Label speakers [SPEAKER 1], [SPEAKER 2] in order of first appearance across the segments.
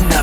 [SPEAKER 1] Una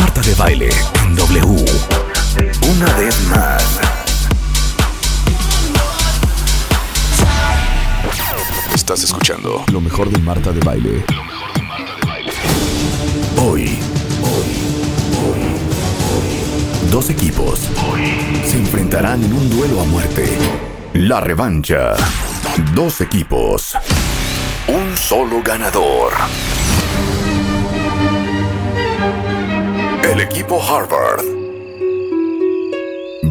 [SPEAKER 1] Marta de baile. En W. Una vez más. Estás escuchando
[SPEAKER 2] Lo mejor de Marta de Baile.
[SPEAKER 1] Hoy, hoy, hoy, hoy, dos equipos se enfrentarán en un duelo a muerte. La revancha. Dos equipos. Un solo ganador. El equipo Harvard.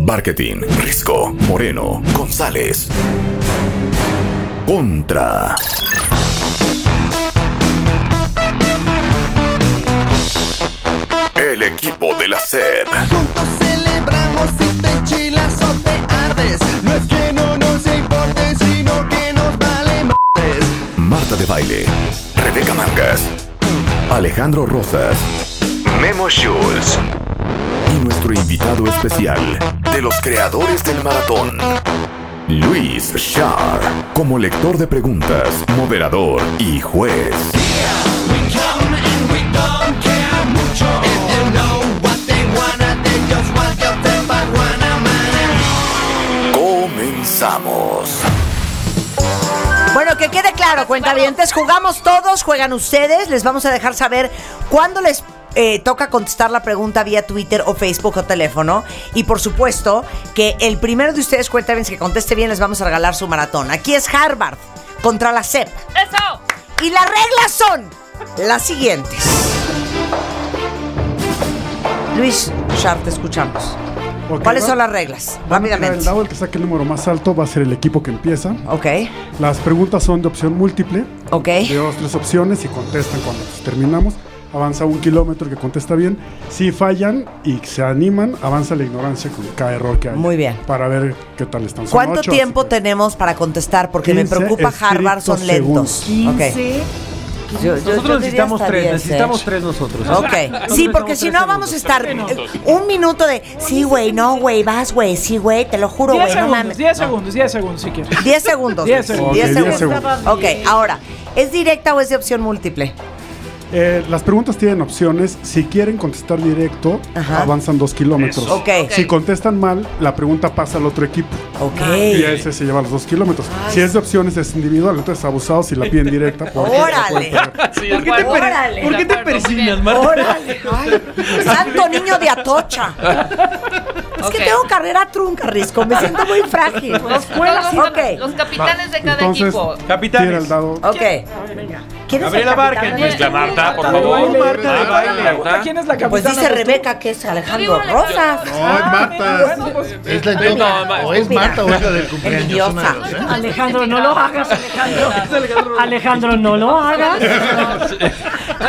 [SPEAKER 1] Marketing, Risco, Moreno, González. Contra. El equipo de la SED.
[SPEAKER 3] Juntos celebramos si te enchilas o te ardes. No es que no nos importe, sino que nos vale madres.
[SPEAKER 1] Marta de Baile, Rebeca Mangas, Alejandro Rosas, Memo Schulz y nuestro invitado especial de los creadores del maratón, Luis Shar, como lector de preguntas, moderador y juez.
[SPEAKER 3] We come and we don't care mucho. If you know what they wanna, they just want your temper, wanna mana.
[SPEAKER 1] Comenzamos.
[SPEAKER 4] Bueno, que quede claro, cuentavientes, jugamos todos, juegan ustedes, les vamos a dejar saber cuándo les eh, toca contestar la pregunta vía Twitter o Facebook o teléfono. Y por supuesto que el primero de ustedes, cuentavientes, que conteste bien, les vamos a regalar su maratón. Aquí es Harvard contra la CEP.
[SPEAKER 5] ¡Eso!
[SPEAKER 4] Y las reglas son las siguientes. Luis, Sharp, te escuchamos.
[SPEAKER 6] Ok,
[SPEAKER 4] ¿Cuáles
[SPEAKER 6] va-
[SPEAKER 4] son las
[SPEAKER 6] vamos a
[SPEAKER 4] reglas?
[SPEAKER 6] tirar El
[SPEAKER 4] Rápidamente.
[SPEAKER 6] dado el que saque el número más alto va a ser el equipo que empieza.
[SPEAKER 4] Ok,
[SPEAKER 6] Las preguntas son de opción múltiple,
[SPEAKER 4] ok.
[SPEAKER 6] de dos, tres opciones y contestan cuando terminamos. Avanza un kilómetro el que contesta bien. Si fallan y se animan, avanza la ignorancia con cada error que hay.
[SPEAKER 4] Muy bien.
[SPEAKER 6] Para ver qué tal están. Son
[SPEAKER 4] ¿Cuánto
[SPEAKER 6] ocho,
[SPEAKER 4] tiempo
[SPEAKER 6] así que-
[SPEAKER 4] tenemos para contestar? Porque me
[SPEAKER 6] 15
[SPEAKER 4] preocupa Harvard, son lentos.
[SPEAKER 6] segundos.
[SPEAKER 4] Ok.
[SPEAKER 7] Nosotros necesitamos tres, necesitamos tres nosotros.
[SPEAKER 4] eh. Ok, sí, porque si no vamos a estar eh, un minuto de sí, güey, no, güey, vas, güey, sí, güey, te lo juro,
[SPEAKER 8] 10
[SPEAKER 4] güey, no
[SPEAKER 8] segundos,
[SPEAKER 4] mames.
[SPEAKER 8] 10 segundos, 10 segundos si quieres.
[SPEAKER 4] 10 segundos.
[SPEAKER 8] Diez
[SPEAKER 4] 10
[SPEAKER 8] segundos.
[SPEAKER 6] Ok, diez
[SPEAKER 4] segundos. Ok, ahora, ¿es directa o es de opción múltiple?
[SPEAKER 6] Eh, las preguntas tienen opciones. Si quieren contestar directo,
[SPEAKER 4] Ajá.
[SPEAKER 6] avanzan dos kilómetros.
[SPEAKER 4] Ok,
[SPEAKER 6] Si contestan mal, la pregunta pasa al otro equipo.
[SPEAKER 4] ok.
[SPEAKER 6] Y ese se lleva los dos kilómetros. Si es de opciones, es individual. Entonces, abusado si la piden directa. pues. porque-
[SPEAKER 4] Órale.
[SPEAKER 7] ¿Por
[SPEAKER 8] qué te per-
[SPEAKER 4] Órale.
[SPEAKER 8] ¿por qué te persignas,
[SPEAKER 4] Órale, ay, santo niño de Atocha. Es que
[SPEAKER 5] Ok.
[SPEAKER 4] tengo carrera trunca, Risco, me siento muy frágil.
[SPEAKER 5] Todos los,
[SPEAKER 4] Ok.
[SPEAKER 5] los capitanes de cada
[SPEAKER 6] Entonces,
[SPEAKER 5] equipo.
[SPEAKER 6] Tira el
[SPEAKER 7] Capitanes.
[SPEAKER 6] dado.
[SPEAKER 4] Ok. ¿Quién es el
[SPEAKER 7] Gabriela
[SPEAKER 4] capitán?
[SPEAKER 7] Barker.
[SPEAKER 5] Pues la Marta, por
[SPEAKER 8] Ay,
[SPEAKER 7] favor.
[SPEAKER 8] Marta, de baile.
[SPEAKER 7] Marta.
[SPEAKER 8] Pregunta, ¿Quién es la capitana?
[SPEAKER 4] Pues dice
[SPEAKER 8] tú.
[SPEAKER 4] Rebeca que es Alejandro
[SPEAKER 5] Yo digo
[SPEAKER 4] Rosas.
[SPEAKER 5] Alejandro.
[SPEAKER 9] No, es Marta.
[SPEAKER 8] Bueno, pues,
[SPEAKER 9] Es la
[SPEAKER 4] Venga,
[SPEAKER 9] idiota. o es
[SPEAKER 4] estúpida.
[SPEAKER 9] Marta o es la del cumpleaños.
[SPEAKER 4] Envidiosa.
[SPEAKER 9] una de dos, ¿eh?
[SPEAKER 10] Alejandro, no lo hagas, Alejandro. Alejandro, no lo hagas.
[SPEAKER 9] ¿eh?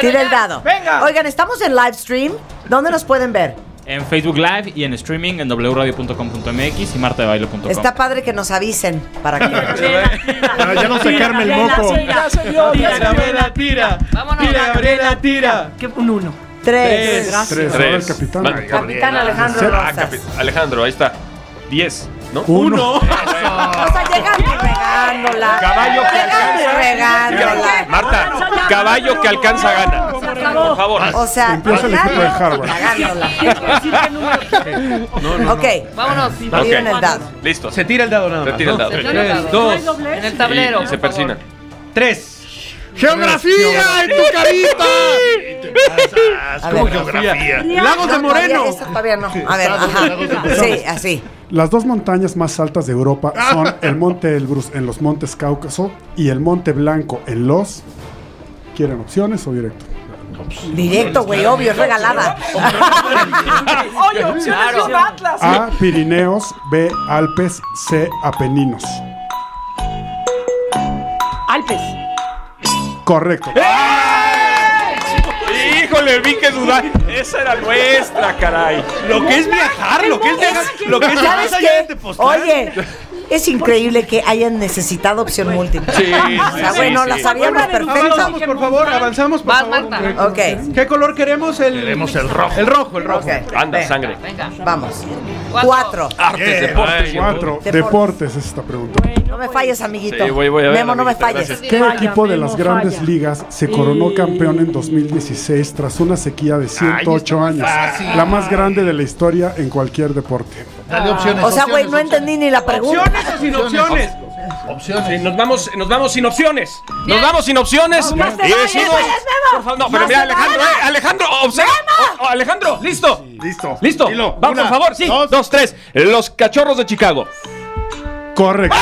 [SPEAKER 4] Tira el dado.
[SPEAKER 8] Venga.
[SPEAKER 4] Oigan, estamos en live stream. ¿Dónde nos pueden ver?
[SPEAKER 11] En Facebook Live y en streaming en wradio.com.mx y martadebaile.com.
[SPEAKER 4] Está padre que nos avisen para que.
[SPEAKER 9] Ah, ya no sacarme el
[SPEAKER 10] Tira,
[SPEAKER 9] moco.
[SPEAKER 10] tira,
[SPEAKER 8] Ya se vio, ya
[SPEAKER 7] Tira,
[SPEAKER 8] se vio.
[SPEAKER 7] Gabriela, tira.
[SPEAKER 5] Vámonos.
[SPEAKER 7] Tira, Gabriela, tira.
[SPEAKER 10] Que un uno.
[SPEAKER 4] Tres.
[SPEAKER 6] Tres. Ahora el capitán.
[SPEAKER 7] Vale,
[SPEAKER 9] Gabriela.
[SPEAKER 4] Capitán Alejandro
[SPEAKER 7] Ah,
[SPEAKER 4] Rosas.
[SPEAKER 7] capi- Alejandro, ahí está. Diez, ¿no?
[SPEAKER 6] Uno.
[SPEAKER 4] O sea, llegando y regándola.
[SPEAKER 7] Caballo que
[SPEAKER 4] Llegando y
[SPEAKER 7] alcanza.
[SPEAKER 4] regándola.
[SPEAKER 7] Marta, caballo que alcanza gana. Por favor.
[SPEAKER 4] O sea,
[SPEAKER 6] Empieza el
[SPEAKER 4] regándola,
[SPEAKER 6] equipo de Harvard.
[SPEAKER 4] regándola.
[SPEAKER 10] Tienes que decir qué número quieres.
[SPEAKER 4] Ok,
[SPEAKER 5] Vámonos.
[SPEAKER 4] tiren el dado.
[SPEAKER 7] Listo.
[SPEAKER 11] Se tira el dado nada
[SPEAKER 7] Se tira el dado.
[SPEAKER 5] Se tira el
[SPEAKER 7] Tres,
[SPEAKER 5] dado.
[SPEAKER 10] ¿No hay
[SPEAKER 7] dos,
[SPEAKER 10] doblez?
[SPEAKER 5] En el tablero.
[SPEAKER 7] y- y se persina.
[SPEAKER 11] Tres.
[SPEAKER 9] ¡Geografía en tu
[SPEAKER 4] A
[SPEAKER 9] carita! ¿Cómo
[SPEAKER 4] ver.
[SPEAKER 9] geografía?
[SPEAKER 4] No,
[SPEAKER 9] ¡Lagos de Moreno!
[SPEAKER 4] Todavía, esta todavía no. A ver,
[SPEAKER 9] Lagos de
[SPEAKER 4] ajá.
[SPEAKER 9] Moreno.
[SPEAKER 4] Sí, así.
[SPEAKER 6] Las dos montañas más altas de Europa son el Monte Elbrus en los Montes Cáucaso y el Monte Blanco en los. ¿Quieren opciones o directo?
[SPEAKER 4] Directo, güey, obvio, es regalada.
[SPEAKER 8] Oye, opciones de un Atlas.
[SPEAKER 6] A. Pirineos. B. Alpes. C. Apeninos.
[SPEAKER 10] Alpes.
[SPEAKER 6] Correcto.
[SPEAKER 7] Híjole, vi que dudar.
[SPEAKER 2] Esa era nuestra, caray.
[SPEAKER 9] Lo que es viajar, lo que es viajar, lo que es
[SPEAKER 4] ¿Sabes
[SPEAKER 9] más
[SPEAKER 4] qué?
[SPEAKER 9] allá de Tepoztlán.
[SPEAKER 4] Oye, es increíble que hayan necesitado opción múltiple.
[SPEAKER 9] Sí, sí,
[SPEAKER 4] O sea,
[SPEAKER 9] sí,
[SPEAKER 4] bueno,
[SPEAKER 9] sí.
[SPEAKER 4] la sabíamos perfecto.
[SPEAKER 8] Avanzamos, por favor, avanzamos, por favor.
[SPEAKER 4] Ok.
[SPEAKER 8] ¿Qué color queremos? El...
[SPEAKER 2] Queremos el rojo.
[SPEAKER 8] El rojo, el rojo.
[SPEAKER 2] Anda, sangre.
[SPEAKER 4] Venga. Vamos. Cuatro.
[SPEAKER 9] Ah.
[SPEAKER 2] Artes, deportes.
[SPEAKER 6] Cuatro. Deportes es esta pregunta.
[SPEAKER 4] No me falles, amiguito.
[SPEAKER 2] Sí, voy- voy a ver,
[SPEAKER 4] Memo, no me
[SPEAKER 2] amiguito,
[SPEAKER 4] falles.
[SPEAKER 2] gracias.
[SPEAKER 6] ¿Qué equipo de las grandes ligas se coronó campeón en 2016 tras una sequía de 108
[SPEAKER 4] Ay,
[SPEAKER 6] años?
[SPEAKER 4] está fácil.
[SPEAKER 6] La más grande de la historia en cualquier deporte.
[SPEAKER 4] Dale opciones. O sea, güey, no entendí ni la pregunta.
[SPEAKER 8] ¿Opciones o sin opciones?
[SPEAKER 2] Sí, Eh, nos vamos, nos vamos sin opciones. Nos vamos sin opciones.
[SPEAKER 8] No, no te
[SPEAKER 2] y
[SPEAKER 8] vayas,
[SPEAKER 2] decimos.
[SPEAKER 8] vayas, Memo.
[SPEAKER 2] Por favor, no, pero
[SPEAKER 8] No
[SPEAKER 2] mira,
[SPEAKER 8] se
[SPEAKER 2] Alejandro,
[SPEAKER 8] vaya.
[SPEAKER 2] eh, Alejandro, observa. Oh, oh, Alejandro, listo.
[SPEAKER 6] Listo.
[SPEAKER 2] Listo. Vamos, por favor, sí. Dos, tres. Los cachorros de Chicago.
[SPEAKER 6] Correcto.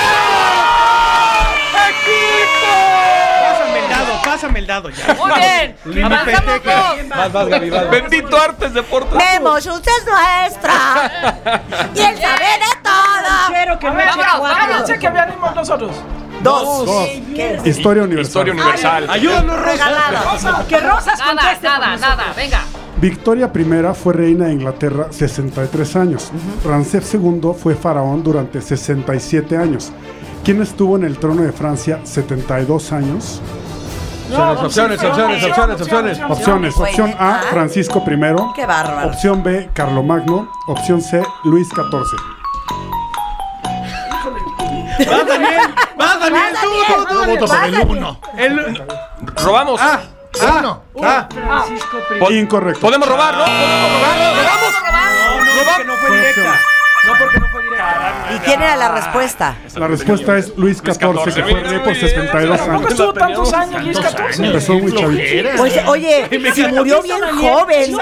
[SPEAKER 9] Pásame el dado, pásame el dado ya.
[SPEAKER 3] Muy bien. Avanzamos dos.
[SPEAKER 9] Vas, vas, Gaby, vas.
[SPEAKER 2] Bendito artes deportes.
[SPEAKER 4] Memo, usted es nuestra. y el saber es todo.
[SPEAKER 8] Quiero que
[SPEAKER 4] me eche cuatro.
[SPEAKER 8] que veanimos nosotros.
[SPEAKER 4] Dos.
[SPEAKER 6] Dos. Historia universal. Historia
[SPEAKER 2] universal.
[SPEAKER 8] Ayúdanos,
[SPEAKER 3] Regalado.
[SPEAKER 8] Que Rosas
[SPEAKER 5] Nada, nada, nada. Venga.
[SPEAKER 6] Victoria I fue reina de Inglaterra 63 años. Ramsés II fue faraón durante 67 años. ¿Quién estuvo en el trono de Francia 72 años?
[SPEAKER 8] Opciones, opciones, opciones, opciones,
[SPEAKER 6] Opciones. Opción A, Francisco I.
[SPEAKER 4] Ah, Qué bárbaro.
[SPEAKER 6] Opción B, Carlomagno. Opción C, Luis XIV.
[SPEAKER 8] Vas, Daniel. Vas, Daniel. Tú, tú, tú.
[SPEAKER 9] voto por el
[SPEAKER 8] Vas,
[SPEAKER 9] uno.
[SPEAKER 8] Daniel. El-
[SPEAKER 2] Robamos.
[SPEAKER 8] Ah, ah, ah.
[SPEAKER 10] Francisco
[SPEAKER 6] Incorrecto.
[SPEAKER 2] Podemos robar, ¿no? Podemos robar. ¿Le damos?
[SPEAKER 8] No, no, porque no
[SPEAKER 9] Pues,
[SPEAKER 8] fue directa. No, porque no fue directa.
[SPEAKER 4] ¿Y quién era la respuesta?
[SPEAKER 6] La respuesta es Luis XIV, que fue rey por 72
[SPEAKER 8] Tampoco
[SPEAKER 6] años.
[SPEAKER 8] estuvo tantos años, Luis XIV.
[SPEAKER 6] Empezó muy chavito.
[SPEAKER 4] Pues, oye,
[SPEAKER 8] Me
[SPEAKER 4] si
[SPEAKER 8] encantó
[SPEAKER 4] murió
[SPEAKER 8] que
[SPEAKER 4] bien
[SPEAKER 8] hizo Daniel.
[SPEAKER 4] joven.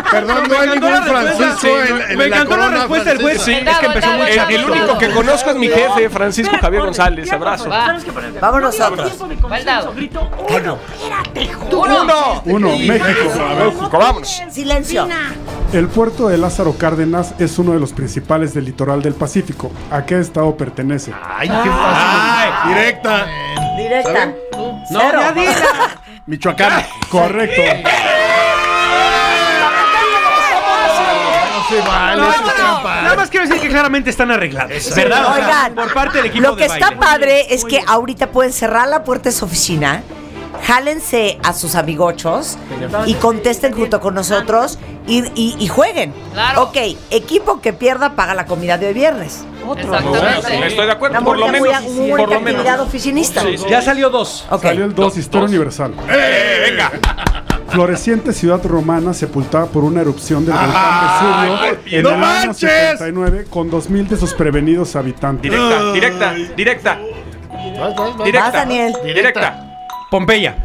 [SPEAKER 9] Perdón, no hay ningún Francisco en, en
[SPEAKER 8] Me
[SPEAKER 9] la
[SPEAKER 8] encantó la
[SPEAKER 9] corona
[SPEAKER 8] respuesta del juez.
[SPEAKER 9] francesa.
[SPEAKER 2] Sí, es que empezó muy
[SPEAKER 9] El-
[SPEAKER 2] El único que conozco es mi jefe, Francisco Javier González. Abrazo.
[SPEAKER 4] Vamos nosotros.
[SPEAKER 2] Uno.
[SPEAKER 6] Uno, México.
[SPEAKER 2] México, vámonos.
[SPEAKER 4] Silencio.
[SPEAKER 6] El puerto de Lázaro Cárdenas es uno de los principales del litoral del Pacífico. ¿A qué estado pertenece?
[SPEAKER 9] Ay, qué fácil. Ay, directa.
[SPEAKER 4] Directa.
[SPEAKER 9] No,
[SPEAKER 4] Cero.
[SPEAKER 9] ya Michoacán.
[SPEAKER 6] Correcto.
[SPEAKER 9] No se vale, eso es trampa.
[SPEAKER 8] Nada más quiero decir que claramente están arreglados. ¿Verdad? O sea,
[SPEAKER 4] Oigan,
[SPEAKER 8] por parte del equipo
[SPEAKER 4] Lo que
[SPEAKER 8] de
[SPEAKER 4] está
[SPEAKER 8] baile.
[SPEAKER 4] padre es que ahorita pueden cerrar la puerta de su oficina, jálense a sus amigochos y contesten junto con nosotros y, y- y jueguen.
[SPEAKER 5] Claro.
[SPEAKER 4] Ok, equipo que pierda paga la comida de hoy viernes.
[SPEAKER 2] Exactamente. Estoy de acuerdo,
[SPEAKER 4] Una
[SPEAKER 2] por lo
[SPEAKER 4] muy-
[SPEAKER 2] menos.
[SPEAKER 4] muy- muy
[SPEAKER 2] Por lo
[SPEAKER 4] actividad
[SPEAKER 2] menos.
[SPEAKER 4] oficinista.
[SPEAKER 2] Sí, sí.
[SPEAKER 8] Ya salió dos.
[SPEAKER 4] Ok.
[SPEAKER 6] Salió el 2, historia universal.
[SPEAKER 2] ¡Eh, venga!
[SPEAKER 6] Floreciente ciudad romana sepultada por una erupción del volcán
[SPEAKER 9] Ay,
[SPEAKER 6] Vesubio en
[SPEAKER 9] ¡no
[SPEAKER 6] el año
[SPEAKER 9] manches!
[SPEAKER 6] 79 con 2.000 de sus prevenidos habitantes.
[SPEAKER 2] Directa, directa, directa, directa.
[SPEAKER 4] Vas, Daniel.
[SPEAKER 2] Directa.
[SPEAKER 8] Pompeya.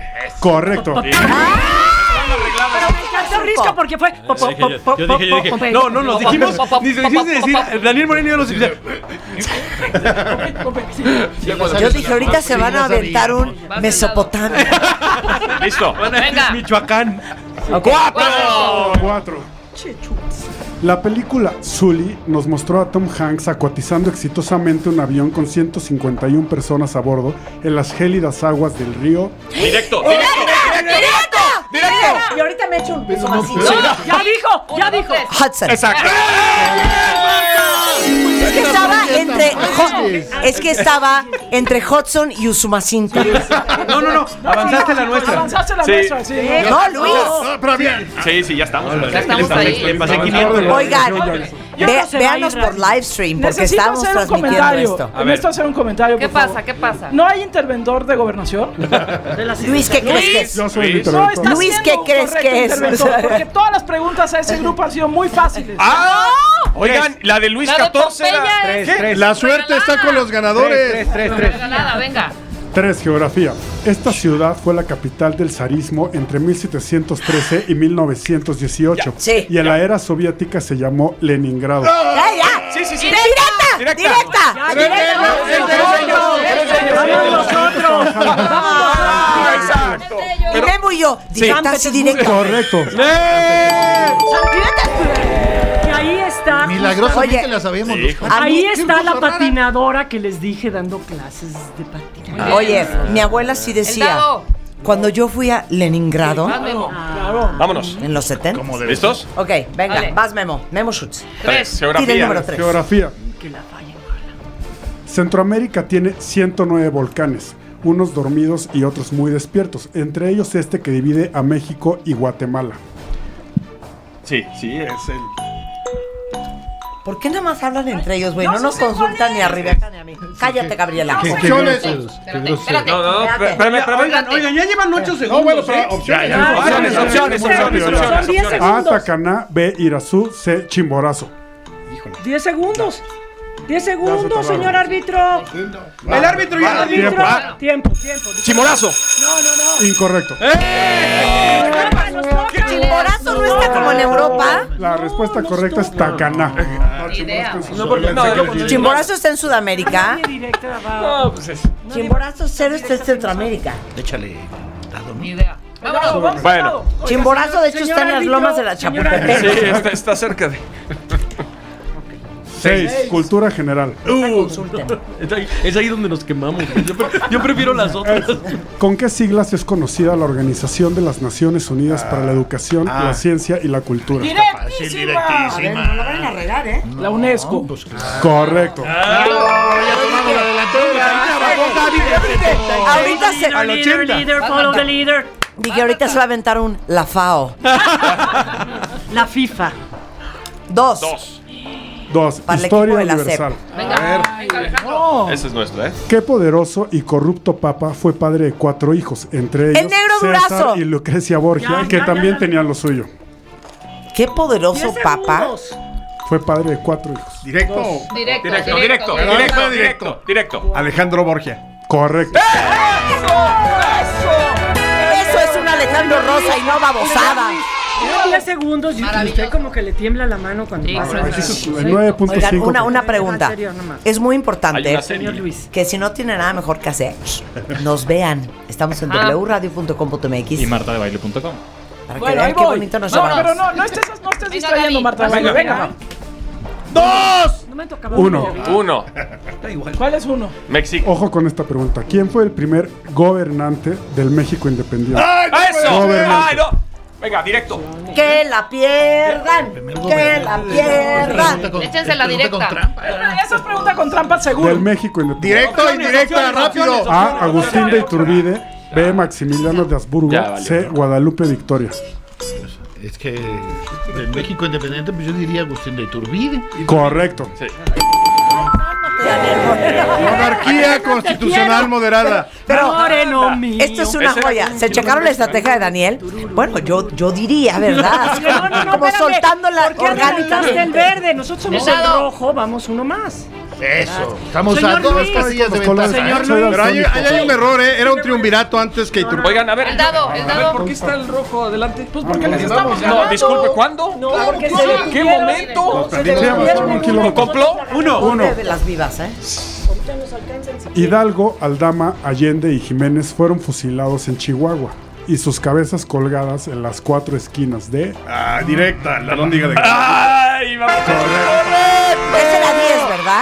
[SPEAKER 6] Correcto.
[SPEAKER 10] Pero me encantó Risco
[SPEAKER 6] pues,
[SPEAKER 10] porque fue. po- po- po- po-
[SPEAKER 8] Yo dije, yo
[SPEAKER 10] po-
[SPEAKER 8] dije.
[SPEAKER 10] po-
[SPEAKER 8] No, no, nos dijimos. Ni se dijimos decir. Daniel Moreno y yo nos dijimos.
[SPEAKER 4] Yo dije, ahorita se van a aventar un Mesopotamia.
[SPEAKER 2] Listo.
[SPEAKER 5] Venga.
[SPEAKER 8] Michoacán.
[SPEAKER 2] ¡Cuatro!
[SPEAKER 6] 4. La película Sully nos mostró a Tom Hanks acuatizando exitosamente un avión con 151 personas a bordo en las gélidas aguas del río.
[SPEAKER 2] Directo, directo, directo, directo. Directo.
[SPEAKER 10] Y ahorita me echo un piso vacío. Ya dijo, ya dijo.
[SPEAKER 4] Hudson.
[SPEAKER 2] Exacto.
[SPEAKER 4] Es que estaba entre Ho- es que estaba entre Hudson y Usumacinta.
[SPEAKER 8] No, no, no. Avanzaste la nuestra.
[SPEAKER 10] Avanzaste la
[SPEAKER 2] Sí.
[SPEAKER 10] mesa, sí.
[SPEAKER 4] No, Luis.
[SPEAKER 9] Ah, pero bien.
[SPEAKER 2] Sí, sí, ya estamos.
[SPEAKER 5] Ya estamos ahí.
[SPEAKER 8] Le pasé 500.
[SPEAKER 4] Oigan,
[SPEAKER 10] Yo
[SPEAKER 4] ve-
[SPEAKER 10] no sé
[SPEAKER 4] véanos
[SPEAKER 10] bailar.
[SPEAKER 4] por live stream porque
[SPEAKER 12] Necesito
[SPEAKER 4] estamos
[SPEAKER 12] hacer un
[SPEAKER 4] transmitiendo
[SPEAKER 12] comentario.
[SPEAKER 4] esto.
[SPEAKER 2] A ver.
[SPEAKER 12] Necesito hacer un comentario.
[SPEAKER 5] ¿Qué
[SPEAKER 12] por favor.
[SPEAKER 5] pasa? ¿Qué pasa?
[SPEAKER 12] ¿No hay interventor de gobernación?
[SPEAKER 4] Luis, ¿qué crees que es?
[SPEAKER 6] Yo soy el
[SPEAKER 2] Luis.
[SPEAKER 12] No está
[SPEAKER 6] interventor.
[SPEAKER 4] Luis,
[SPEAKER 12] siendo
[SPEAKER 4] ¿qué
[SPEAKER 12] un
[SPEAKER 4] crees
[SPEAKER 12] correcto
[SPEAKER 4] que es?
[SPEAKER 12] interventor, Porque todas las preguntas a ese grupo han sido muy fáciles.
[SPEAKER 2] ¡Ah! Oigan, la de Luis
[SPEAKER 5] La de
[SPEAKER 2] 14
[SPEAKER 5] Pompeya
[SPEAKER 2] era.
[SPEAKER 5] es
[SPEAKER 8] Tres, tres.
[SPEAKER 9] La suerte está con los ganadores.
[SPEAKER 8] Tres, tres, tres, tres.
[SPEAKER 5] regalada. Venga.
[SPEAKER 6] 3. Geografía. Esta ciudad fue la capital del zarismo entre 1713 y 1918.
[SPEAKER 4] Ya, sí.
[SPEAKER 6] Y en la era soviética se llamó Leningrado.
[SPEAKER 4] Ya, ya.
[SPEAKER 2] Sí, sí, sí.
[SPEAKER 4] Directa,
[SPEAKER 2] Directa.
[SPEAKER 4] directa,
[SPEAKER 2] Ah, Exacto.
[SPEAKER 4] Y Memo y yo, directa, sí, directa.
[SPEAKER 6] Correcto.
[SPEAKER 10] Y ahí está.
[SPEAKER 9] Milagrosamente
[SPEAKER 4] Oye.
[SPEAKER 9] la sabíamos. los cuatro.
[SPEAKER 10] Ahí
[SPEAKER 9] Qué
[SPEAKER 10] está la
[SPEAKER 9] cosa rara.
[SPEAKER 10] patinadora que les dije dando clases de patinaje.
[SPEAKER 4] Oye, mi abuela sí
[SPEAKER 5] El
[SPEAKER 4] decía,
[SPEAKER 5] dado.
[SPEAKER 4] Cuando yo fui a Leningrado.
[SPEAKER 2] Vámonos.
[SPEAKER 4] En los 70.
[SPEAKER 2] ¿Listos?
[SPEAKER 4] Ok, venga,
[SPEAKER 2] Vale.
[SPEAKER 4] vas Memo. Memo Schutz.
[SPEAKER 2] Tres.
[SPEAKER 4] Tira el número 3.
[SPEAKER 6] Geografía. Centroamérica tiene 109 volcanes, unos dormidos y otros muy despiertos, entre ellos este que divide a México y Guatemala.
[SPEAKER 9] Sí, sí, es el.
[SPEAKER 4] ¿Por qué nada más hablan entre ellos, güey?
[SPEAKER 9] No
[SPEAKER 4] No,
[SPEAKER 9] sé
[SPEAKER 4] nos
[SPEAKER 9] si
[SPEAKER 4] consultan ni a Rebeca ni a mí. Cállate, Gabriela.
[SPEAKER 9] qué- qué
[SPEAKER 4] Opciones.
[SPEAKER 9] groseros, qué
[SPEAKER 4] Espérate,
[SPEAKER 9] groseros.
[SPEAKER 4] espérate.
[SPEAKER 9] No, no,
[SPEAKER 4] Espérate.
[SPEAKER 9] espérame, espérame. Oigan, oigan, ya llevan ocho segundos,
[SPEAKER 4] bueno, pero
[SPEAKER 9] ¿eh?
[SPEAKER 4] opciones,
[SPEAKER 9] Ya, ya,
[SPEAKER 4] opciones,
[SPEAKER 9] ya, ya,
[SPEAKER 4] opciones,
[SPEAKER 9] ya, ya,
[SPEAKER 4] opciones,
[SPEAKER 9] ya, ya,
[SPEAKER 4] opciones,
[SPEAKER 9] ya, ya, ya, ya, ya,
[SPEAKER 6] A,
[SPEAKER 9] ya, ya,
[SPEAKER 6] Tacaná, B, Irazú, C, Chimborazo.
[SPEAKER 8] 10 segundos. 10 segundos,
[SPEAKER 6] tardaron.
[SPEAKER 8] señor árbitro.
[SPEAKER 6] El árbitro ya lo dijo.
[SPEAKER 8] Árbitro,
[SPEAKER 6] Va.
[SPEAKER 8] Tiempo, tiempo.
[SPEAKER 6] Chimborazo.
[SPEAKER 8] No, no, no.
[SPEAKER 6] Incorrecto.
[SPEAKER 2] Eh,
[SPEAKER 4] ¿Qué chimborazo no está como en Europa?
[SPEAKER 6] La respuesta correcta es Tacaná.
[SPEAKER 4] No, porque- no, no, Chimborazo está en Sudamérica.
[SPEAKER 2] No, pues es.
[SPEAKER 4] Chimborazo cero está en Centroamérica.
[SPEAKER 9] Échale.
[SPEAKER 5] Ni idea. Vámonos, vamos.
[SPEAKER 2] Bueno.
[SPEAKER 4] Chimborazo, de hecho, está en las lomas de la Chapultepec.
[SPEAKER 2] Sí, está, está cerca de.
[SPEAKER 6] 6. Cultura general.
[SPEAKER 9] Es ahí- Es ahí donde nos quemamos. güey. Yo, pre- yo prefiero las otras.
[SPEAKER 6] ¿Con qué siglas es conocida la Organización de las Naciones Unidas para la Educación,
[SPEAKER 9] ah.
[SPEAKER 6] la Ciencia y la Cultura?
[SPEAKER 9] directísima.
[SPEAKER 4] no la van a regar, ¿eh?
[SPEAKER 12] La UNESCO.
[SPEAKER 6] pues, Correcto.
[SPEAKER 4] Ah. Ahorita se.
[SPEAKER 10] Leader, leader, leader, follow the leader.
[SPEAKER 4] Dije, ahorita se va a aventar un la FAO.
[SPEAKER 10] La FIFA.
[SPEAKER 4] Dos.
[SPEAKER 6] Dos.
[SPEAKER 4] Para el
[SPEAKER 6] Historia
[SPEAKER 4] equipo de la E
[SPEAKER 6] universal.
[SPEAKER 4] CEP.
[SPEAKER 2] A ver. Ese es nuestro, ¿eh?
[SPEAKER 6] ¿Qué poderoso y corrupto papa fue padre de cuatro hijos, entre
[SPEAKER 4] ¡El
[SPEAKER 6] ellos
[SPEAKER 4] negro
[SPEAKER 6] César
[SPEAKER 4] Durazo!
[SPEAKER 6] y Lucrecia Borgia,
[SPEAKER 4] Ya,
[SPEAKER 6] que
[SPEAKER 4] ya,
[SPEAKER 6] también tenían lo suyo?
[SPEAKER 4] Qué poderoso papá.
[SPEAKER 6] Fue padre de cuatro hijos.
[SPEAKER 9] Directo.
[SPEAKER 5] Directo,
[SPEAKER 2] Directo, directo, directo, directo, directo.
[SPEAKER 9] Alejandro Borgia.
[SPEAKER 6] Correcto.
[SPEAKER 4] ¡Eh! Eso es un Alejandro Rosa y no babosada.
[SPEAKER 10] Tiene 10 segundos y usted como que le tiembla la mano cuando pasa.
[SPEAKER 4] Oigan, una, una pregunta.
[SPEAKER 10] En serio, no más.
[SPEAKER 4] Es muy
[SPEAKER 10] Hay
[SPEAKER 4] importante
[SPEAKER 10] una serie. Señor Luis.
[SPEAKER 4] que si no tiene nada mejor que hacer, nos vean. Estamos en
[SPEAKER 11] Ajá.
[SPEAKER 4] wradio.com.mx.
[SPEAKER 11] Y martadebaile.com.
[SPEAKER 4] Para que
[SPEAKER 12] Bueno, ahí
[SPEAKER 4] vean qué
[SPEAKER 12] voy.
[SPEAKER 4] bonito nos
[SPEAKER 12] no,
[SPEAKER 4] llevamos.
[SPEAKER 12] pero no, no estés, no estés distrayendo,
[SPEAKER 5] Gaby.
[SPEAKER 12] Marta.
[SPEAKER 5] Venga,
[SPEAKER 12] Venga, venga. ¡Dos! No me tocaba
[SPEAKER 6] Uno.
[SPEAKER 2] Uno.
[SPEAKER 12] ¿Cuál es uno?
[SPEAKER 2] México.
[SPEAKER 6] Ojo con esta pregunta. ¿Quién fue el primer gobernante del México independiente?
[SPEAKER 4] ¡Ah!
[SPEAKER 2] ¡Eso!
[SPEAKER 6] Gobernante.
[SPEAKER 2] ¡Ay, no! Venga, directo.
[SPEAKER 4] Que la pierdan. Que la pierdan.
[SPEAKER 5] Échense la directa.
[SPEAKER 12] Esa es pregunta con trampa, seguro.
[SPEAKER 6] Del México independiente.
[SPEAKER 12] indirecta, rápido.
[SPEAKER 6] A. Agustín de Iturbide. B. Maximiliano de Habsburgo.
[SPEAKER 13] Ya valió.
[SPEAKER 6] C. Guadalupe Victoria.
[SPEAKER 13] Es que del México independiente, pues yo diría Agustín de Iturbide.
[SPEAKER 6] Correcto.
[SPEAKER 9] Monarquía constitucional moderada.
[SPEAKER 4] Pero
[SPEAKER 10] Moreno mío.
[SPEAKER 4] esto es una
[SPEAKER 10] Ese era
[SPEAKER 4] joya.
[SPEAKER 10] un-
[SPEAKER 4] Se checaron la estrategia de Daniel. Bueno, yo, yo diría, ¿verdad?
[SPEAKER 10] No, no, no,
[SPEAKER 4] Como
[SPEAKER 10] espérate.
[SPEAKER 4] soltando la
[SPEAKER 10] ¿Por qué regalaste el
[SPEAKER 4] orgánica.
[SPEAKER 10] verde? Nosotros somos el
[SPEAKER 5] Pesado.
[SPEAKER 10] rojo, vamos uno más.
[SPEAKER 13] Eso. Estamos
[SPEAKER 10] Señor
[SPEAKER 13] a dos
[SPEAKER 10] Luis.
[SPEAKER 13] casillas de
[SPEAKER 10] Los colores.
[SPEAKER 13] ventaja.
[SPEAKER 10] Señor
[SPEAKER 13] Soy
[SPEAKER 10] Luis.
[SPEAKER 13] Pero hay-
[SPEAKER 9] Ahí hay un error, ¿eh? Era un triunvirato antes que Iturbide.
[SPEAKER 2] Oigan, a ver.
[SPEAKER 5] El dado, el
[SPEAKER 2] A ver, ¿por
[SPEAKER 5] dado.
[SPEAKER 2] qué está el rojo adelante?
[SPEAKER 12] Pues porque les estamos
[SPEAKER 2] No, Ah, disculpe, ¿cuándo?
[SPEAKER 12] No, porque
[SPEAKER 2] ¿En qué momento?
[SPEAKER 6] Se llama Tranquilo.
[SPEAKER 2] ¿Compló?
[SPEAKER 6] Uno. Uno.
[SPEAKER 4] de las vivas, ¿eh?
[SPEAKER 6] Hidalgo, Aldama, Allende y Jiménez fueron fusilados en Chihuahua y sus cabezas colgadas en las cuatro esquinas de
[SPEAKER 9] Ah, directa, la diga de
[SPEAKER 2] ¡Ay, vamos!
[SPEAKER 4] Esa era 10, ¿verdad?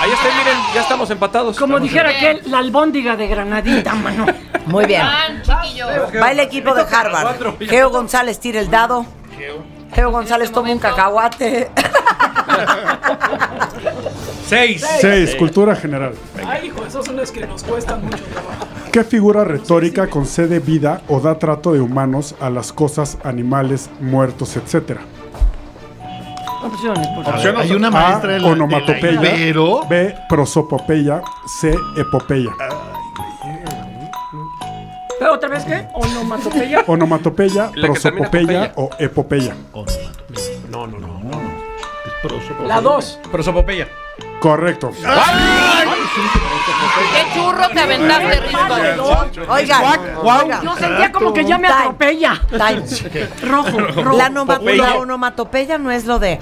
[SPEAKER 2] Ahí está, miren, ya estamos empatados.
[SPEAKER 10] Como
[SPEAKER 2] Estamos
[SPEAKER 10] dijera
[SPEAKER 2] en-
[SPEAKER 10] aquel, la albóndiga de granadita, mano.
[SPEAKER 4] Muy bien.
[SPEAKER 5] Van, chiquillos.
[SPEAKER 4] Va el equipo de Harvard. Geo González tira el dado. Geo González toma un cacahuate.
[SPEAKER 9] Seis.
[SPEAKER 6] seis, cultura general.
[SPEAKER 12] Ay, hijo, esos son los que nos cuestan mucho trabajo.
[SPEAKER 6] ¿Qué figura retórica concede vida o da trato de humanos a las cosas, animales, muertos, etcétera?
[SPEAKER 10] Opciones, por favor.
[SPEAKER 13] Opción hay una maestra de
[SPEAKER 6] A,
[SPEAKER 13] la,
[SPEAKER 6] onomatopeya.
[SPEAKER 13] pero
[SPEAKER 6] B, prosopopeya. C, epopeya.
[SPEAKER 13] Ah.
[SPEAKER 10] Pero ¿Otra vez qué? ¿Onomatopeya?
[SPEAKER 6] Onomatopeya,
[SPEAKER 2] La que termina con
[SPEAKER 6] prosopopeya o epopeya.
[SPEAKER 9] No, no, no.
[SPEAKER 12] La dos.
[SPEAKER 9] Prosopopeya.
[SPEAKER 6] Correcto.
[SPEAKER 13] Ah.
[SPEAKER 5] Qué churro te aventaste, Risco.
[SPEAKER 4] Oigan, oigan.
[SPEAKER 10] Yo sentía como que ya me
[SPEAKER 4] Time.
[SPEAKER 10] atropella.
[SPEAKER 4] Time.
[SPEAKER 10] Rojo, rojo.
[SPEAKER 4] La, noma- la onomatopeya no es lo de.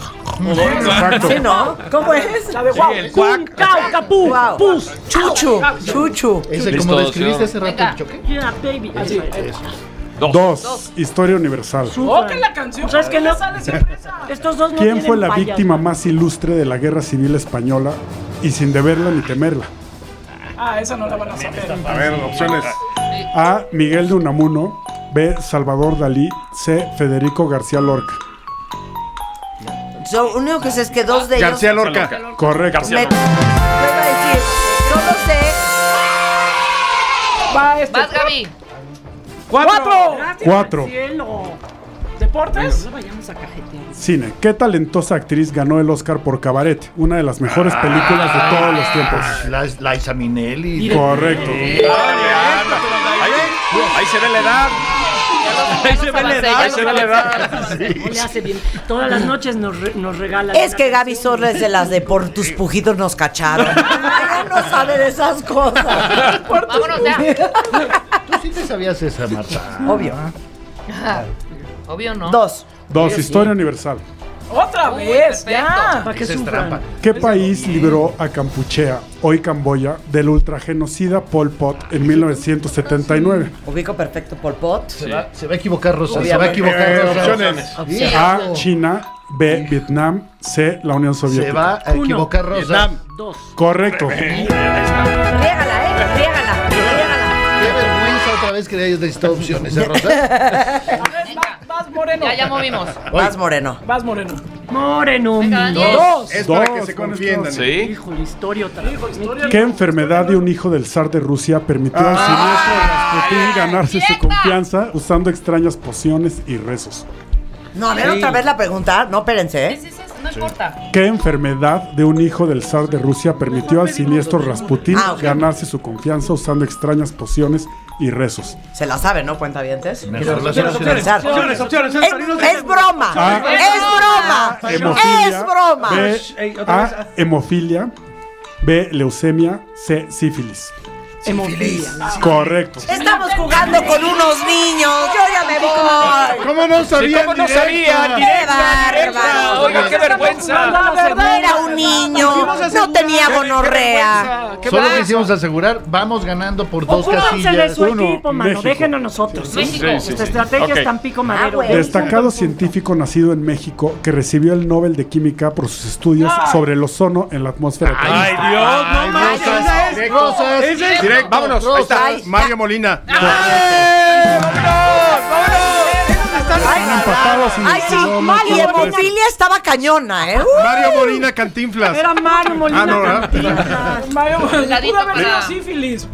[SPEAKER 6] Exacto.
[SPEAKER 4] ¿Sí, no? ¿Cómo es?
[SPEAKER 12] La de guau.
[SPEAKER 9] el
[SPEAKER 10] Pum, cau, capú,
[SPEAKER 4] Guau.
[SPEAKER 10] pus.
[SPEAKER 4] Chuchu. Chuchu.
[SPEAKER 13] ese como describiste hace rato
[SPEAKER 5] Venga.
[SPEAKER 13] el choque.
[SPEAKER 10] Yeah, baby.
[SPEAKER 12] Así.
[SPEAKER 6] Dos. Historia universal.
[SPEAKER 12] Oh, que la canción.
[SPEAKER 10] ¿Sabes qué no?
[SPEAKER 12] Sale siempre esa.
[SPEAKER 10] Estos dos no
[SPEAKER 6] ¿Quién
[SPEAKER 10] tienen
[SPEAKER 6] fue la
[SPEAKER 10] fallas.
[SPEAKER 6] víctima más ilustre de la Guerra Civil Española y sin deberla ni temerla?
[SPEAKER 12] Ah, esa no la van a saber.
[SPEAKER 9] A ver, opciones.
[SPEAKER 6] A. Miguel de Unamuno. B. Salvador Dalí. C. Federico García Lorca.
[SPEAKER 4] Lo único que sé es que dos de ellos.
[SPEAKER 6] García Lorca. Correcto.
[SPEAKER 4] Me- Yo iba a decir, solo sé.
[SPEAKER 12] Va este.
[SPEAKER 5] Vas, Gaby.
[SPEAKER 12] ¡Cuatro!
[SPEAKER 6] Cuatro.
[SPEAKER 12] Cielo. ¿Deportes?
[SPEAKER 6] Cine. ¿Qué talentosa actriz ganó el Oscar por Cabaret? Una de las mejores películas de todos los tiempos.
[SPEAKER 13] La, Liza Minnelli.
[SPEAKER 6] Correcto.
[SPEAKER 2] Ahí, ahí se ve la edad.
[SPEAKER 5] Ahí se
[SPEAKER 10] ve la edad,
[SPEAKER 2] Ahí se ve la edad.
[SPEAKER 10] ¿Cómo le hace bien? Todas las noches nos, re- nos regala.
[SPEAKER 4] Es que Gaby Sorra es de las de por tus pujitos nos cacharon. Ella no sabe de esas cosas.
[SPEAKER 5] Vámonos ya.
[SPEAKER 13] Tú sí te sabías esa, Marta.
[SPEAKER 4] Obvio.
[SPEAKER 5] Ajá. Obvio no.
[SPEAKER 4] Dos.
[SPEAKER 6] Dos. Historia universal.
[SPEAKER 12] Otra
[SPEAKER 5] Uy,
[SPEAKER 12] vez, ya.
[SPEAKER 5] perfecto.
[SPEAKER 12] Para que
[SPEAKER 13] Esa es
[SPEAKER 12] sufran.
[SPEAKER 13] trampa.
[SPEAKER 6] ¿Qué país liberó a Campuchea, hoy Camboya, del ultragenocida Pol Pot en 1979?
[SPEAKER 4] Ubico perfecto Pol Pot.
[SPEAKER 13] Se, va, se va a equivocar, Rosa. Se va a
[SPEAKER 6] Obviamente.
[SPEAKER 13] equivocar,
[SPEAKER 6] Eh,
[SPEAKER 13] Rosa.
[SPEAKER 6] opciones.
[SPEAKER 13] Hijo.
[SPEAKER 6] A. China. B. Vietnam. C. La Unión Soviética.
[SPEAKER 13] Se va a equivocar, Rosa.
[SPEAKER 6] Vietnam.
[SPEAKER 10] Dos.
[SPEAKER 6] Correcto.
[SPEAKER 4] Riégala, eh. Riégala. Riégala.
[SPEAKER 13] Qué vergüenza otra vez que le hayas necesitado opciones, ¿eh, Rosa?
[SPEAKER 12] Vas moreno.
[SPEAKER 5] Ya, ya movimos.
[SPEAKER 4] Más moreno.
[SPEAKER 12] Vas moreno.
[SPEAKER 10] Moreno.
[SPEAKER 5] Venga,
[SPEAKER 10] mi-
[SPEAKER 5] Daniel.
[SPEAKER 6] Es para que se confiendan.
[SPEAKER 2] Sí.
[SPEAKER 10] Híjole, historia otra vez.
[SPEAKER 6] ¿Qué enfermedad de un hijo del zar de Rusia permitió al siniestro Rasputín ganarse su confianza usando extrañas pociones y rezos?
[SPEAKER 4] No, a ver otra vez la pregunta. No, espérense,
[SPEAKER 5] Sí,
[SPEAKER 4] eh.
[SPEAKER 5] sí, sí, no importa.
[SPEAKER 6] ¿Qué enfermedad de un hijo del zar de Rusia permitió al siniestro Rasputín
[SPEAKER 4] Ah, ok.
[SPEAKER 6] ganarse su confianza usando extrañas pociones y rezos?
[SPEAKER 4] Se la sabe, ¿no? Cuenta dientes.
[SPEAKER 13] Opciones, opciones,
[SPEAKER 9] opciones, opciones,
[SPEAKER 4] Es,
[SPEAKER 9] opciones.
[SPEAKER 4] es broma.
[SPEAKER 6] Ah.
[SPEAKER 4] es broma.
[SPEAKER 6] Hemofilia.
[SPEAKER 4] es broma.
[SPEAKER 6] B,
[SPEAKER 9] Ey, otra vez.
[SPEAKER 6] A. Hemofilia. B. Leucemia. C. Sífilis.
[SPEAKER 10] Hemofilia.
[SPEAKER 6] Correcto.
[SPEAKER 4] Estamos jugando con unos niños. Yo ya me voy.
[SPEAKER 13] ¿Cómo no
[SPEAKER 2] Sí,
[SPEAKER 13] sabían?
[SPEAKER 2] ¿Cómo no
[SPEAKER 13] directa?
[SPEAKER 2] sabían?
[SPEAKER 4] Qué
[SPEAKER 2] Directa.
[SPEAKER 4] bárbaro.
[SPEAKER 2] Oiga, qué vergüenza.
[SPEAKER 12] La verdad.
[SPEAKER 4] Era un niño. No tenía gonorrea.
[SPEAKER 13] Solo quisimos asegurar, vamos ganando por dos
[SPEAKER 10] Ocúpense de
[SPEAKER 13] casillas.
[SPEAKER 10] su
[SPEAKER 6] Uno,
[SPEAKER 10] equipo, mano.
[SPEAKER 6] México.
[SPEAKER 10] Déjenos nosotros. ¿sí?
[SPEAKER 5] México.
[SPEAKER 2] Sí, sí,
[SPEAKER 10] Nuestra
[SPEAKER 2] sí.
[SPEAKER 10] estrategia
[SPEAKER 2] Ok.
[SPEAKER 10] es Tampico
[SPEAKER 4] Ah,
[SPEAKER 10] Madero.
[SPEAKER 4] güey.
[SPEAKER 6] Destacado científico nacido en México que recibió el Nobel de Química por sus estudios sobre el ozono en la atmósfera.
[SPEAKER 2] Ay, Dios, no manches. esa es.
[SPEAKER 13] Rosas,
[SPEAKER 2] Esa es-
[SPEAKER 13] directo.
[SPEAKER 2] Vámonos, ahí está.
[SPEAKER 4] Ay, ya.
[SPEAKER 13] Molina.
[SPEAKER 2] ¡Eh! ¡Vámonos! ¡Vámonos!
[SPEAKER 4] Ay,
[SPEAKER 6] empapados y
[SPEAKER 4] Ay, sí.
[SPEAKER 6] no, no,
[SPEAKER 4] Y
[SPEAKER 6] no, no,
[SPEAKER 4] hemofilia estaba cañona, ¿eh? Uy.
[SPEAKER 13] Mario Molina Cantinflas.
[SPEAKER 10] Era Manu Molina
[SPEAKER 13] Ah, no, ¿verdad?
[SPEAKER 10] Cantinflas.
[SPEAKER 12] Mario,
[SPEAKER 5] Cuidadito
[SPEAKER 12] pudo haber
[SPEAKER 5] para-
[SPEAKER 12] sido sífilis.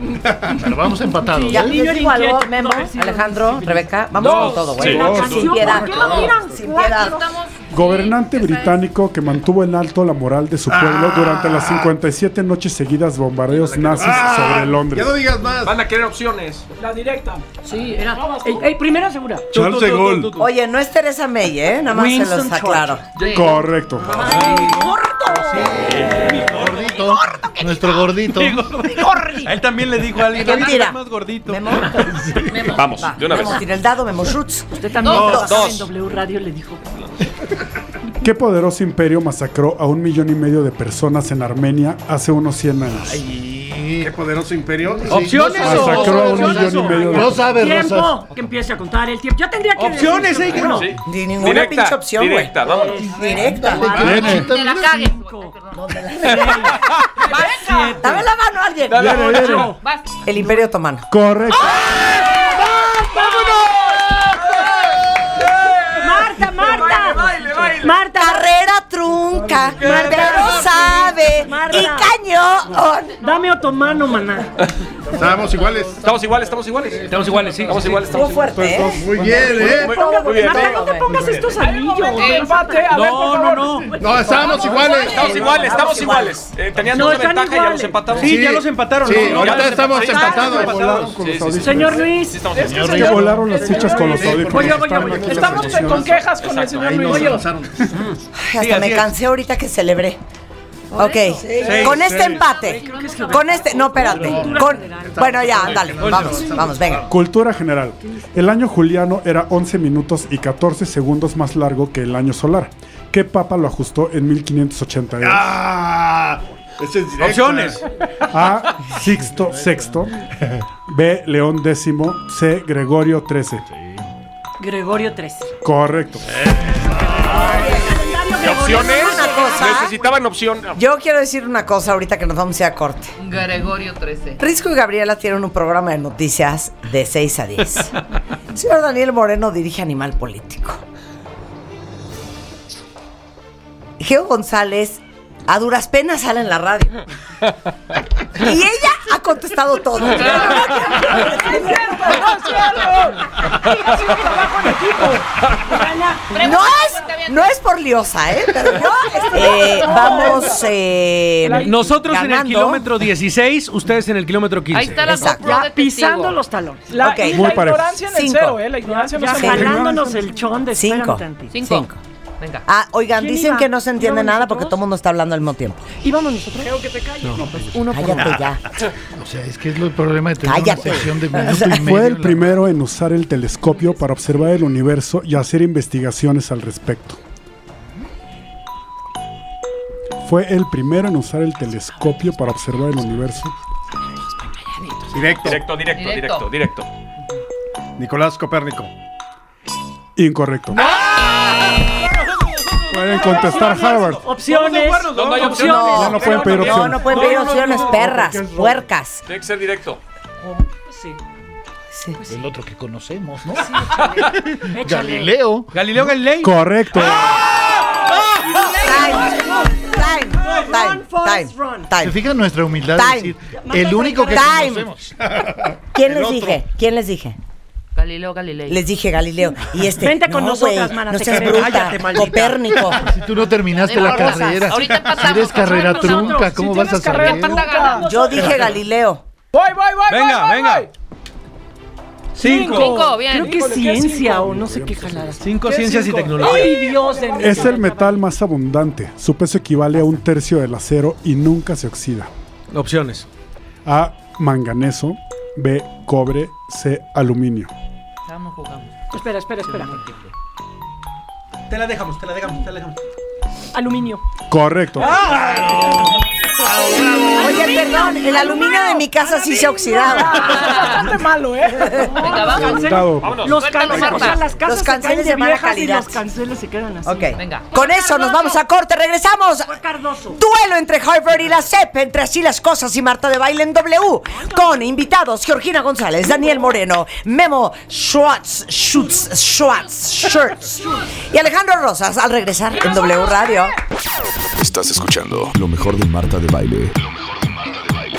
[SPEAKER 13] Pero vamos empatados.
[SPEAKER 4] Ya,
[SPEAKER 10] El
[SPEAKER 4] les
[SPEAKER 10] niño
[SPEAKER 4] digo algo,
[SPEAKER 10] inquieto,
[SPEAKER 4] Memo,
[SPEAKER 10] controversial,
[SPEAKER 4] Alejandro,
[SPEAKER 10] sí,
[SPEAKER 4] Rebeca, vamos
[SPEAKER 12] Dos.
[SPEAKER 4] con todo, güey.
[SPEAKER 2] Sí,
[SPEAKER 10] dos,
[SPEAKER 4] sin
[SPEAKER 10] dos.
[SPEAKER 4] piedad.
[SPEAKER 10] ¿Por qué lo tiran?
[SPEAKER 4] Sin piedad.
[SPEAKER 5] Estamos.
[SPEAKER 6] Gobernante
[SPEAKER 5] Sí, esa es.
[SPEAKER 6] británico que mantuvo en alto la moral de su pueblo durante las 57 noches seguidas de bombardeos nazis sobre Londres.
[SPEAKER 13] digas más.
[SPEAKER 2] Van a querer opciones.
[SPEAKER 12] La directa.
[SPEAKER 10] Sí, era. Ey, ey, primera segura.
[SPEAKER 6] Charles de Gaulle.
[SPEAKER 4] Oye, no es Teresa May, ¿eh? Nada más se
[SPEAKER 10] Winston
[SPEAKER 4] los aclaro.
[SPEAKER 6] Correcto.
[SPEAKER 13] Gordito. Nuestro gordito.
[SPEAKER 9] A él también le dijo a alguien.
[SPEAKER 4] ¿Quién
[SPEAKER 9] "Oye,
[SPEAKER 4] tira?
[SPEAKER 9] estás más gordito.
[SPEAKER 4] Memo,
[SPEAKER 2] Vamos, de una vez.
[SPEAKER 4] Memo, tira el dado, Memo Schutz.
[SPEAKER 10] Usted también
[SPEAKER 5] Dos.
[SPEAKER 10] trabajaba
[SPEAKER 2] Dos.
[SPEAKER 10] en W Radio le dijo.
[SPEAKER 6] ¿Qué poderoso imperio masacró a un millón y medio de personas en Armenia hace unos 100 años?
[SPEAKER 13] Qué poderoso imperio.
[SPEAKER 9] Opciones
[SPEAKER 6] o- Masacró a un
[SPEAKER 9] opciones
[SPEAKER 6] millón y
[SPEAKER 9] o-
[SPEAKER 6] medio de
[SPEAKER 13] No sabes, Rosas.
[SPEAKER 10] Tiempo. Que empiece a contar el tiempo. Yo tendría que.
[SPEAKER 9] Opciones,
[SPEAKER 10] decir-
[SPEAKER 9] ey, que no.
[SPEAKER 10] Bueno,
[SPEAKER 2] Sí.
[SPEAKER 4] Ni ninguna pinche opción, güey.
[SPEAKER 2] Directa, vámonos.
[SPEAKER 4] Directa.
[SPEAKER 13] Viene.
[SPEAKER 5] Te la cagues.
[SPEAKER 10] Cinco.
[SPEAKER 4] Dame la mano a alguien.
[SPEAKER 6] Viene, viene.
[SPEAKER 5] Vas.
[SPEAKER 4] El Imperio Otomano.
[SPEAKER 6] Correcto.
[SPEAKER 10] Marta, Marta. Marta.
[SPEAKER 4] Carrera trunca, pero sabe.
[SPEAKER 10] Marta.
[SPEAKER 4] Y cañón.
[SPEAKER 10] Dame otomano, maná.
[SPEAKER 13] Estábamos iguales.
[SPEAKER 2] Estamos iguales, estamos iguales. Estamos iguales, sí. Estamos iguales,
[SPEAKER 4] Estuvo
[SPEAKER 2] estamos iguales.
[SPEAKER 4] fuerte, ¿eh?
[SPEAKER 13] Muy bien, ¿eh?
[SPEAKER 2] Muy, muy bien.
[SPEAKER 10] Marta, no te pongas estos anillos.
[SPEAKER 12] El empate, a ver, por favor.
[SPEAKER 9] No, no, no.
[SPEAKER 13] No, estábamos iguales.
[SPEAKER 2] Estamos iguales, estamos iguales. Eh, tenían
[SPEAKER 10] No,
[SPEAKER 2] dos de
[SPEAKER 10] están
[SPEAKER 2] ventaja y ya los
[SPEAKER 10] iguales.
[SPEAKER 2] empataron.
[SPEAKER 9] Sí, ya los empataron.
[SPEAKER 13] Sí,
[SPEAKER 9] ¿no? No, ya
[SPEAKER 13] ahorita
[SPEAKER 9] los
[SPEAKER 13] estamos
[SPEAKER 9] empataron.
[SPEAKER 13] empatados.
[SPEAKER 6] Volaron con los
[SPEAKER 2] Sí, sí, sí.
[SPEAKER 6] audífonos.
[SPEAKER 10] Señor Luis.
[SPEAKER 2] Estamos empatados.
[SPEAKER 6] Es que volaron las fichas con los audífonos.
[SPEAKER 10] Oye, oye,
[SPEAKER 6] Estaban
[SPEAKER 10] oye,
[SPEAKER 6] aquí las
[SPEAKER 12] Estamos con
[SPEAKER 6] emociones.
[SPEAKER 12] quejas con el señor Luis. Oye,
[SPEAKER 4] Ay, Hasta me cansé ahorita que celebré. Ok, con este empate, con este, no, espérate, con, bueno, ya, ándale, vamos, vamos, venga.
[SPEAKER 6] Cultura general. El año juliano era 11 minutos y 14 segundos más largo que el año solar. ¿Qué papa lo ajustó en 1582?
[SPEAKER 13] Ah, ese es directa.
[SPEAKER 9] Opciones.
[SPEAKER 6] A. Sixto VI. B. León X. C. Gregorio XIII.
[SPEAKER 10] Gregorio 13.
[SPEAKER 6] Correcto.
[SPEAKER 10] Calendario Gregorio.
[SPEAKER 2] opciones?
[SPEAKER 4] Una cosa, cosa.
[SPEAKER 2] Necesitaban opción.
[SPEAKER 4] Yo quiero decir una cosa ahorita que nos vamos a ir a corte.
[SPEAKER 5] Gregorio 13.
[SPEAKER 4] Risco y Gabriela tienen un programa de noticias de 6 a 10. El señor Daniel Moreno dirige Animal Político. Geo González a duras penas sale en la radio. Y ella ha contestado todo. No es, no es por liosa, ¿eh? Pero yo estoy- Eh, vamos. eh,
[SPEAKER 9] Nosotros en el
[SPEAKER 4] ganando.
[SPEAKER 9] kilómetro 16, ustedes en el kilómetro 15.
[SPEAKER 4] Exacto.
[SPEAKER 10] Ya pisando los talones.
[SPEAKER 12] La,
[SPEAKER 9] Ok.
[SPEAKER 12] y
[SPEAKER 9] Muy
[SPEAKER 12] la
[SPEAKER 9] parejo.
[SPEAKER 12] ignorancia en el
[SPEAKER 9] Cinco.
[SPEAKER 12] cero, ¿eh? La ignorancia
[SPEAKER 10] Ya
[SPEAKER 12] no se vale.
[SPEAKER 10] jalándonos el chon de espérame
[SPEAKER 4] Cinco.
[SPEAKER 10] tantito.
[SPEAKER 4] Cinco. Ah, oigan,
[SPEAKER 10] ¿Quién
[SPEAKER 4] dicen
[SPEAKER 10] iba?
[SPEAKER 4] que no se entiende
[SPEAKER 10] ¿Íbamos
[SPEAKER 4] nada
[SPEAKER 10] nosotros?
[SPEAKER 4] porque todo el mundo está hablando al mismo tiempo.
[SPEAKER 10] Íbamos nosotros. Creo
[SPEAKER 12] que te calles.
[SPEAKER 13] No, pues,
[SPEAKER 4] uno por Cállate uno. ya.
[SPEAKER 13] O sea, es que es el problema de tener
[SPEAKER 4] Cállate.
[SPEAKER 13] una sesión de
[SPEAKER 4] O sea,
[SPEAKER 13] minuto y medio.
[SPEAKER 6] Fue el primero en usar el telescopio para observar el universo y hacer investigaciones al respecto. Fue el primero en usar el telescopio para observar el universo.
[SPEAKER 14] Directo.
[SPEAKER 2] Directo, directo, directo, directo.
[SPEAKER 14] Nicolás Copérnico.
[SPEAKER 6] Incorrecto. Pueden contestar Harvard.
[SPEAKER 10] Opciones.
[SPEAKER 2] No, no hay opciones.
[SPEAKER 4] No,
[SPEAKER 6] Ya no pueden pedir
[SPEAKER 4] no,
[SPEAKER 6] opciones.
[SPEAKER 4] no pueden pedir
[SPEAKER 2] No, no, no,
[SPEAKER 4] opciones,
[SPEAKER 2] no,
[SPEAKER 4] perras,
[SPEAKER 2] porque es robo.
[SPEAKER 4] puercas.
[SPEAKER 2] Tiene que ser directo.
[SPEAKER 4] Oh,
[SPEAKER 10] Sí.
[SPEAKER 4] Pues
[SPEAKER 13] El otro que conocemos, ¿no?
[SPEAKER 10] Échale.
[SPEAKER 13] Galileo.
[SPEAKER 9] Galileo Galilei.
[SPEAKER 6] Correcto.
[SPEAKER 4] Time, time, time,
[SPEAKER 13] ¿Se fijan nuestra humildad? de
[SPEAKER 4] Time.
[SPEAKER 13] decir,
[SPEAKER 4] Mándale
[SPEAKER 13] el único que
[SPEAKER 4] Time.
[SPEAKER 13] conocemos.
[SPEAKER 4] ¿Quién
[SPEAKER 13] El
[SPEAKER 4] les
[SPEAKER 13] otro.
[SPEAKER 4] dije? ¿Quién les dije?
[SPEAKER 5] Galileo Galilei.
[SPEAKER 4] Les dije Galileo. Y este.
[SPEAKER 5] Vente con
[SPEAKER 4] no,
[SPEAKER 5] nosotras,
[SPEAKER 4] güey,
[SPEAKER 5] mana,
[SPEAKER 4] No
[SPEAKER 5] te
[SPEAKER 4] seas
[SPEAKER 5] queremos.
[SPEAKER 4] bruta.
[SPEAKER 5] Cállate, maldita.
[SPEAKER 4] Copérnico.
[SPEAKER 13] Si tú no terminaste
[SPEAKER 4] No
[SPEAKER 13] la
[SPEAKER 4] importa.
[SPEAKER 13] carrera,
[SPEAKER 4] Ahorita
[SPEAKER 13] si
[SPEAKER 4] empatamos.
[SPEAKER 13] eres carrera
[SPEAKER 4] Ahorita empatamos.
[SPEAKER 13] trunca, ¿cómo vas a saber?
[SPEAKER 4] Yo dije Galileo.
[SPEAKER 12] Voy, voy, voy.
[SPEAKER 9] Venga,
[SPEAKER 12] voy,
[SPEAKER 9] venga. Cinco.
[SPEAKER 10] Creo que es ciencia o no sé qué jalada.
[SPEAKER 9] Cinco ciencias y tecnología.
[SPEAKER 10] Ay, Dios. de mi
[SPEAKER 6] Es
[SPEAKER 10] vida.
[SPEAKER 6] el metal más abundante. Su peso equivale a un tercio del acero y nunca se oxida.
[SPEAKER 9] Opciones.
[SPEAKER 6] A. Manganeso. B. Cobre. C. Aluminio.
[SPEAKER 5] Vamos, jugamos.
[SPEAKER 10] Espera, espera, espera.
[SPEAKER 7] Te la dejamos, te la dejamos, te la dejamos.
[SPEAKER 10] Aluminio.
[SPEAKER 6] Correcto.
[SPEAKER 4] Oye, perdón, el aluminio de mi casa sí se ha oxidado.
[SPEAKER 12] Bastante malo, ¿eh?
[SPEAKER 5] Venga, vamos.
[SPEAKER 6] Preguntado.
[SPEAKER 10] Los canceles,
[SPEAKER 4] Marta.
[SPEAKER 10] o sea, las casas
[SPEAKER 4] Los canceles
[SPEAKER 10] se caen
[SPEAKER 4] de
[SPEAKER 10] de
[SPEAKER 4] mala
[SPEAKER 10] viejas y
[SPEAKER 4] calidad.
[SPEAKER 10] los canceles se quedan así.
[SPEAKER 4] Ok. Con eso nos vamos a corte. Regresamos. Duelo entre Harvard y la CEP, entre así las cosas y Marta de Baile en W. Con invitados Georgina González, Daniel Moreno, Memo Schwartz, Schutz, Schwartz, Shirts y Alejandro Rosas al regresar en W Radio.
[SPEAKER 1] Estás escuchando lo mejor de Marta de Baile. Lo mejor de Marta de Baile.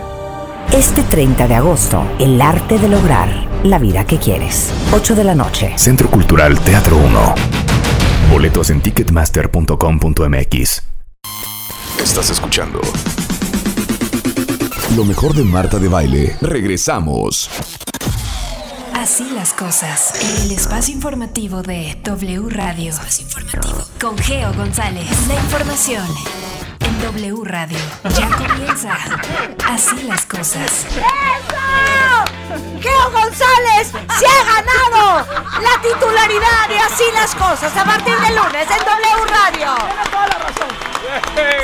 [SPEAKER 4] Este 30 de agosto, el arte de lograr la vida que quieres. 8 de la noche.
[SPEAKER 1] Centro Cultural Teatro 1. Boletos en ticketmaster.com.mx. Estás escuchando lo mejor de Marta de Baile. Regresamos.
[SPEAKER 15] Así las cosas. En el espacio informativo de W Radio. Con Geo González. La información en W Radio. Ya comienza. Así las cosas.
[SPEAKER 4] Geo González se ha ganado la titularidad de Así las Cosas a partir de lunes en W Radio.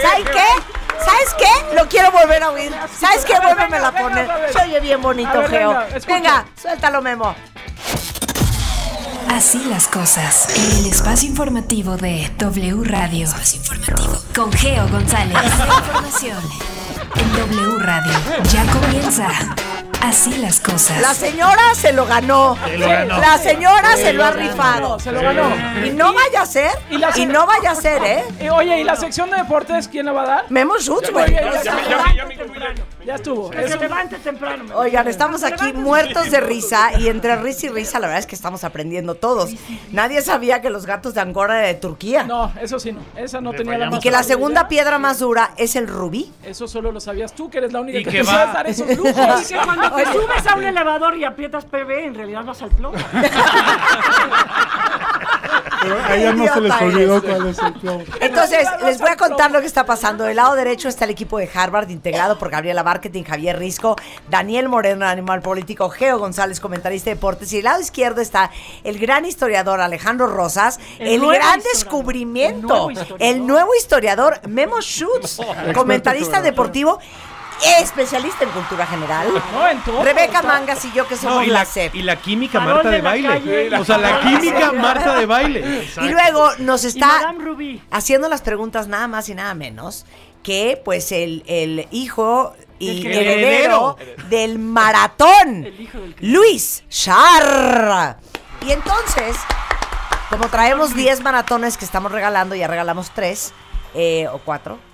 [SPEAKER 4] ¿Sabes qué? ¿Sabes qué? Lo quiero volver a oír. ¿Sabes qué?
[SPEAKER 3] Venga,
[SPEAKER 4] Vuelveme a
[SPEAKER 3] venga,
[SPEAKER 4] poner.
[SPEAKER 3] otra vez.
[SPEAKER 4] Se oye bien bonito,
[SPEAKER 3] A ver,
[SPEAKER 4] Geo.
[SPEAKER 3] venga, escucha.
[SPEAKER 4] Venga, suéltalo, Memo.
[SPEAKER 15] Así las cosas. En el espacio informativo de W Radio. Con Geo González. La información en W Radio. Ya comienza. Así las cosas.
[SPEAKER 4] La señora se lo ganó.
[SPEAKER 15] Se lo ganó.
[SPEAKER 4] La señora
[SPEAKER 15] Se
[SPEAKER 4] se lo
[SPEAKER 15] lo
[SPEAKER 4] ha
[SPEAKER 15] ganó.
[SPEAKER 4] rifado.
[SPEAKER 12] Se lo ganó.
[SPEAKER 4] Y no vaya a ser. Y no vaya a ser, ¿eh?
[SPEAKER 12] Eh, Oye, ¿y la sección de deportes quién la va a dar?
[SPEAKER 4] Memo Schutz, güey.
[SPEAKER 12] Oye, ya-
[SPEAKER 4] Ya me-
[SPEAKER 12] ya-
[SPEAKER 4] ya
[SPEAKER 12] Ya estuvo.
[SPEAKER 10] Que se levante temprano.
[SPEAKER 4] Oigan, estamos aquí muertos de risa y entre risa y risa la verdad es que estamos aprendiendo todos. Nadie sabía que los gatos de Angora era de Turquía.
[SPEAKER 12] No, eso sí no. Esa no tenía la
[SPEAKER 4] Y
[SPEAKER 12] más
[SPEAKER 4] que la
[SPEAKER 12] pálida
[SPEAKER 4] segunda
[SPEAKER 12] idea.
[SPEAKER 4] piedra más dura es el rubí.
[SPEAKER 12] Eso solo lo sabías tú, que eres la única
[SPEAKER 4] Y
[SPEAKER 12] que,
[SPEAKER 4] que
[SPEAKER 12] te
[SPEAKER 4] va.
[SPEAKER 12] sabes dar esos
[SPEAKER 10] Y
[SPEAKER 12] lujos.
[SPEAKER 10] que cuando te
[SPEAKER 12] Oye,
[SPEAKER 10] subes a un elevador y aprietas PB, en realidad vas al plomo.
[SPEAKER 6] A ella no se les
[SPEAKER 4] Idiota
[SPEAKER 6] olvidó
[SPEAKER 4] eres.
[SPEAKER 6] cuál es el clavo.
[SPEAKER 4] Entonces, les voy a contar lo que está pasando. Del lado derecho está el equipo de Harvard, integrado por Gabriela Marketing, Javier Risco, Daniel Moreno, animal político, Geo González, comentarista de deportes. Y del lado izquierdo está el gran historiador Alejandro Rosas,
[SPEAKER 3] El
[SPEAKER 4] el,
[SPEAKER 3] nuevo
[SPEAKER 4] gran
[SPEAKER 3] historiador.
[SPEAKER 4] descubrimiento,
[SPEAKER 3] El nuevo historiador.
[SPEAKER 4] el nuevo historiador Memo Schutz, comentarista
[SPEAKER 3] historiador.
[SPEAKER 4] deportivo. Especialista en cultura general. Rebeca Mangas y yo que somos
[SPEAKER 9] No, y,
[SPEAKER 4] la E
[SPEAKER 9] la,
[SPEAKER 4] CEP.
[SPEAKER 9] y la química
[SPEAKER 4] Farol
[SPEAKER 9] Marta
[SPEAKER 4] de
[SPEAKER 9] de,
[SPEAKER 4] la
[SPEAKER 9] baile.
[SPEAKER 4] calle.
[SPEAKER 9] o sea, la química Marta de baile.
[SPEAKER 4] Y luego nos está haciendo las preguntas nada más y nada menos que pues el, el hijo y
[SPEAKER 3] Del
[SPEAKER 4] heredero
[SPEAKER 3] heredero.
[SPEAKER 4] del maratón, Luis Char. Y entonces, como traemos 10 maratones que estamos regalando, ya regalamos 3 o 4.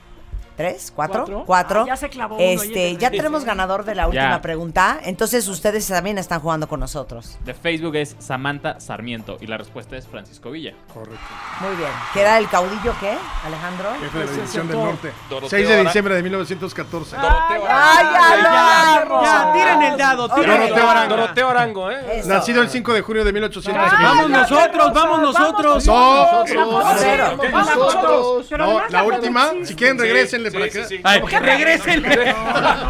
[SPEAKER 4] ¿Tres? ¿Cuatro?
[SPEAKER 10] ¿Cuatro?
[SPEAKER 4] ¿Cuatro?
[SPEAKER 10] Ah, ya se clavó uno, oye,
[SPEAKER 4] este,
[SPEAKER 10] de
[SPEAKER 4] ya
[SPEAKER 10] repente.
[SPEAKER 4] tenemos ganador de la última
[SPEAKER 11] Ya.
[SPEAKER 4] pregunta. Entonces ustedes también están jugando con nosotros.
[SPEAKER 11] De Facebook es Samantha Sarmiento y la respuesta es Francisco Villa.
[SPEAKER 14] Correcto.
[SPEAKER 4] Muy bien. ¿Qué era el caudillo qué, Alejandro?
[SPEAKER 14] Jefe de la división del
[SPEAKER 4] Presentó.
[SPEAKER 14] norte.
[SPEAKER 9] Doroteo
[SPEAKER 14] 6 de
[SPEAKER 9] Ara-
[SPEAKER 14] diciembre de 1914.
[SPEAKER 4] ¡Ay, ya lo amo!
[SPEAKER 9] ya, tiren el dado, tiren el
[SPEAKER 14] Doroteo
[SPEAKER 9] dado.
[SPEAKER 14] Arango.
[SPEAKER 9] Doroteo Arango, ¿eh? Eso.
[SPEAKER 14] Nacido el 5 de junio de 1800.
[SPEAKER 9] ¡Vamos nosotros, vamos nosotros!
[SPEAKER 14] No,
[SPEAKER 9] Vamos nosotros.
[SPEAKER 14] no,
[SPEAKER 9] Vamos nosotros.
[SPEAKER 14] no, no, la última, si quieren regrésenle para acá.
[SPEAKER 9] Ay,
[SPEAKER 14] ¿Por qué
[SPEAKER 9] regrésenle.